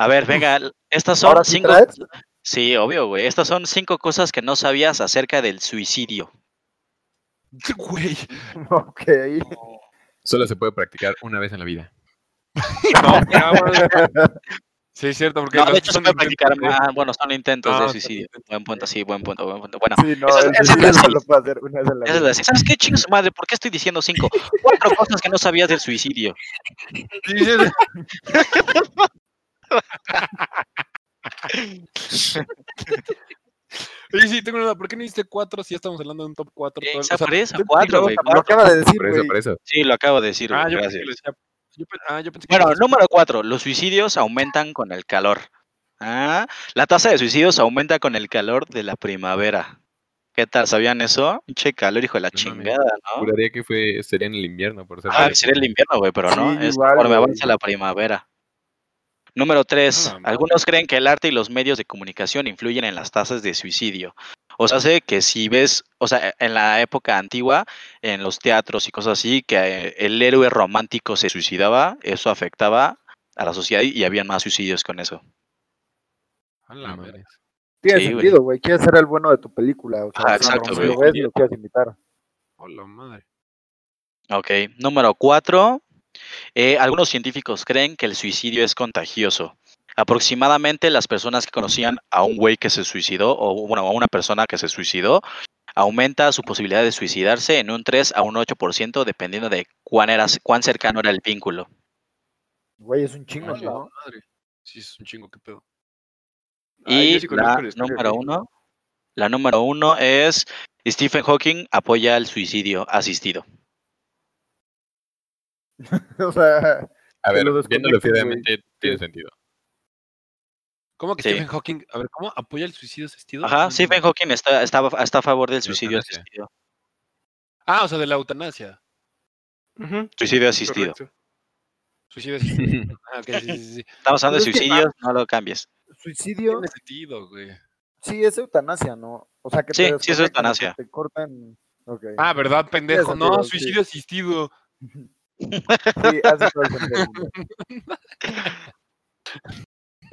B: A ver, venga, l- estas son
D: Ahora sí
B: cinco.
D: traes.
B: Sí, obvio, güey. Estas son cinco cosas que no sabías acerca del suicidio.
A: Güey.
D: Ok.
E: Solo se puede practicar una vez en la vida.
A: No, cabrón. Sí, es cierto, porque
B: No,
A: las
B: de hecho, se
A: son
B: puede practicar.
A: intentos de-
B: Ah, bueno, son intentos
A: Ah,
B: de
A: son
B: suicidio. Buen punto, sí, buen punto, buen punto. Bueno,
D: Sí, no,
B: Esa es-
D: el
B: esa es
D: suicidio
B: la-
D: solo puede hacer una vez en la
B: esa es
D: vida.
B: la- ¿sabes qué chingo su madre? ¿Por qué estoy diciendo cinco? Cuatro cosas que no sabías del suicidio.
A: Sí, sí, sí. Oye, sí, tengo una duda. ¿Por qué no hiciste cuatro si ya estamos hablando de un top cuatro? todo el- o
B: Esa
A: sea,
B: presa,
A: yo-
B: cuatro,
A: yo-
B: güey.
D: Lo
B: cuatro.
D: acaba de decir,
E: Por eso,
D: güey.
E: por eso.
B: Sí, lo acabo de decir, güey.
A: Ah, yo pensé
B: gracias.
A: que lo decía- yo pe- ah, yo pensé que
B: Bueno,
A: lo decía-
B: número cuatro, los suicidios aumentan con el calor. Ah, la tasa de suicidios aumenta con el calor de la primavera. ¿Qué tal? ¿Sabían eso? Pinche calor, hijo de la
E: No mames.
B: chingada, ¿no?
E: Juraría que fue, sería en el invierno, por ser.
B: Ah, que sería el invierno, güey, pero no,
D: Sí,
B: es
D: igual,
B: conforme
D: güey.
B: avanza la primavera. Número tres,
A: Ah, la madre.
B: algunos creen que el arte y los medios de comunicación influyen en las tasas de suicidio. O sea, sé que si ves, o sea, e, en la época antigua, en los teatros y cosas así, que eh, el héroe romántico se suicidaba, eso afectaba a la sociedad y había más suicidios con eso.
A: A la
E: No
A: verga.
E: mames.
D: Tiene
B: Sí, güey.
D: sentido, güey. Quieres ser el bueno de tu película. O sea,
B: Ah,
D: si lo-
B: exacto,
D: si lo
B: güey.
D: ves, lo quieres invitar.
A: A la madre.
B: Ok, número cuatro. eh, algunos científicos creen que el suicidio es contagioso. Aproximadamente las personas que conocían a un güey que se suicidó, o bueno, a una persona que se suicidó, aumenta su posibilidad de suicidarse en un 3 a un 8% dependiendo de cuán, era, cuán cercano era el vínculo.
D: Güey, es un chingo,
A: A la
D: ¿no?
A: madre. Sí, es un chingo, qué pedo.
C: Ay, yo
B: Y
C: sí conozco
B: la
C: la historia,
B: número
C: güey.
B: uno, la número uno es Stephen Hawking apoya el suicidio asistido.
D: O sea,
E: A
D: Que
E: ver,
D: lo
E: viéndolo
D: desconecten, güey.
E: fielmente, tiene sentido.
A: ¿Cómo que
B: Sí.
A: Stephen Hawking? A ver, ¿cómo apoya el suicidio asistido?
B: Ajá,
A: No
B: Stephen
A: entiendo.
B: Hawking está, está, está a favor del suicidio
E: eutanasia.
B: asistido.
A: Ah, o sea, de la eutanasia.
C: Ujú,
B: Suicidio asistido.
C: correcto.
A: Suicidio asistido. Ah, ok, sí, sí, sí, sí.
B: Estamos hablando de
D: Pero es que-
B: suicidios, no lo cambies.
D: suicidio
A: Tiene sentido, güey.
D: sí es eutanasia, ¿no? O sea, que
B: Sí, sí es
D: desconectan, que
B: eutanasia.
D: Te cortan. Ok.
A: Ah, ¿verdad, pendejo?
D: sentido,
A: No,
D: sí.
A: suicidio asistido.
D: Sí, hace todo el sentido, güey.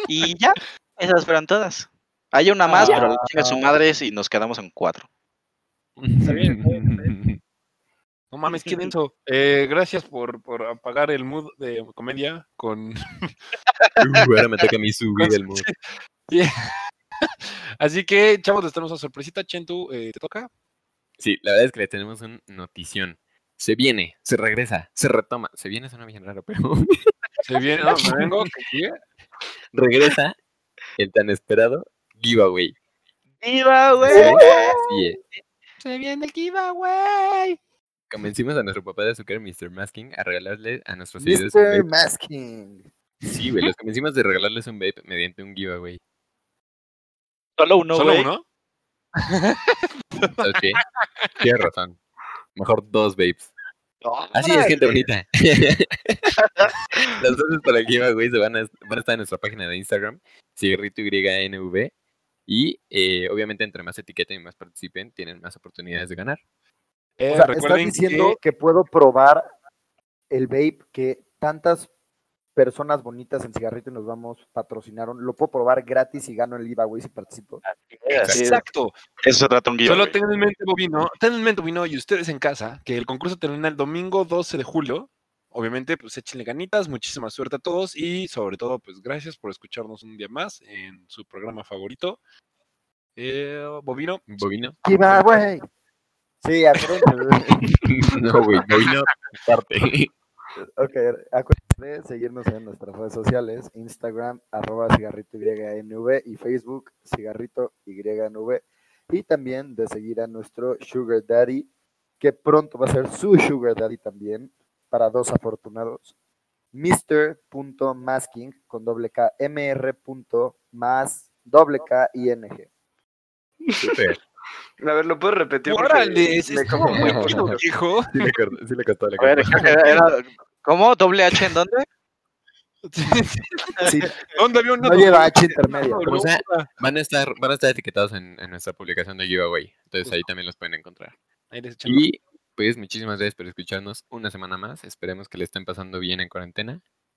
B: Y ya, esas fueron todas. Hay una más, pero la chinga su
D: Ah.
B: madre y nos quedamos en cuatro.
A: bien, está bien, está No mames, qué denso. Eh, gracias por, por apagar el mood de comedia con...
E: Uh, ahora me toca a mí subir el mood.
A: Así que, chavos, les tenemos una sorpresita. Chentu, eh, ¿te toca?
E: Sí, la verdad es que le tenemos una notición. Se viene, se regresa, se retoma. Se viene, suena bien raro, pero
A: Se viene, no, me vengo. que sigue.
E: regresa el tan esperado giveaway.
B: ¡Viva,
E: Así es.
A: Se viene el giveaway.
E: Convencimos a nuestro papá de azúcar, Mr. Masking, a regalarle a nuestros seguidores un
D: Mr.
E: vape.
D: Masking.
E: Sí, güey, los convencimos de regalarles un vape mediante un giveaway.
B: Solo uno,
A: ¿Solo
B: güey.
A: uno?
E: ¿Sabes qué? Pues Tienes razón. Mejor dos vapes.
B: Ah,
E: Así es, gente bonita. Las bases para el giveaway se van a, van a estar en nuestra página de Instagram, cigarrito YNV. Y eh, obviamente, entre más etiqueten y más participen, tienen más oportunidades de ganar.
A: Eh,
D: O sea, estás
A: recuerden
D: diciendo que... puedo probar el vape que tantas personas bonitas en Cigarrito y nos vamos patrocinaron. Lo puedo probar gratis y gano el giveaway si participo.
A: que... Exacto.
B: Eso se trata un guión.
A: Solo tengan en mente, Bobino, tengan en mente, Bobino, y ustedes en casa, que el concurso termina el domingo 12 de julio. Obviamente, pues échenle ganitas, muchísima suerte a todos y sobre todo, pues gracias por escucharnos un día más en su programa favorito. Eh, Bobino,
E: ¿Bovino?
D: Giveaway. Sí, acuérdense,
E: no, güey, bovino parte.
D: ok, acuérdense de seguirnos en nuestras redes sociales, Instagram, arroba cigarrito YNV y Facebook, cigarrito YNV. Y también de seguir a nuestro Sugar Daddy, que pronto va a ser su Sugar Daddy también, para dos afortunados. Mr.masking con doble K, mr. más doble K y NG.
E: Súper.
C: A ver, ¿lo puedes repetir? Porque
A: ¡Órale! Es
C: me
A: estuvo muy
C: confundí.
A: chido, viejo.
E: Sí le cortó, sí le cortó, le
B: A ver,
E: cortó.
B: era- era- ¿Cómo? ¿Doble H en dónde?
D: Sí,
A: ¿Dónde había una
D: no lleva H intermedia.
E: O sea, van a estar, van a estar etiquetados en, en nuestra publicación de giveaway. Entonces ahí también los pueden encontrar.
A: Ahí les echan
E: Y pues muchísimas gracias por escucharnos una semana más. Esperemos que le estén pasando bien en cuarentena.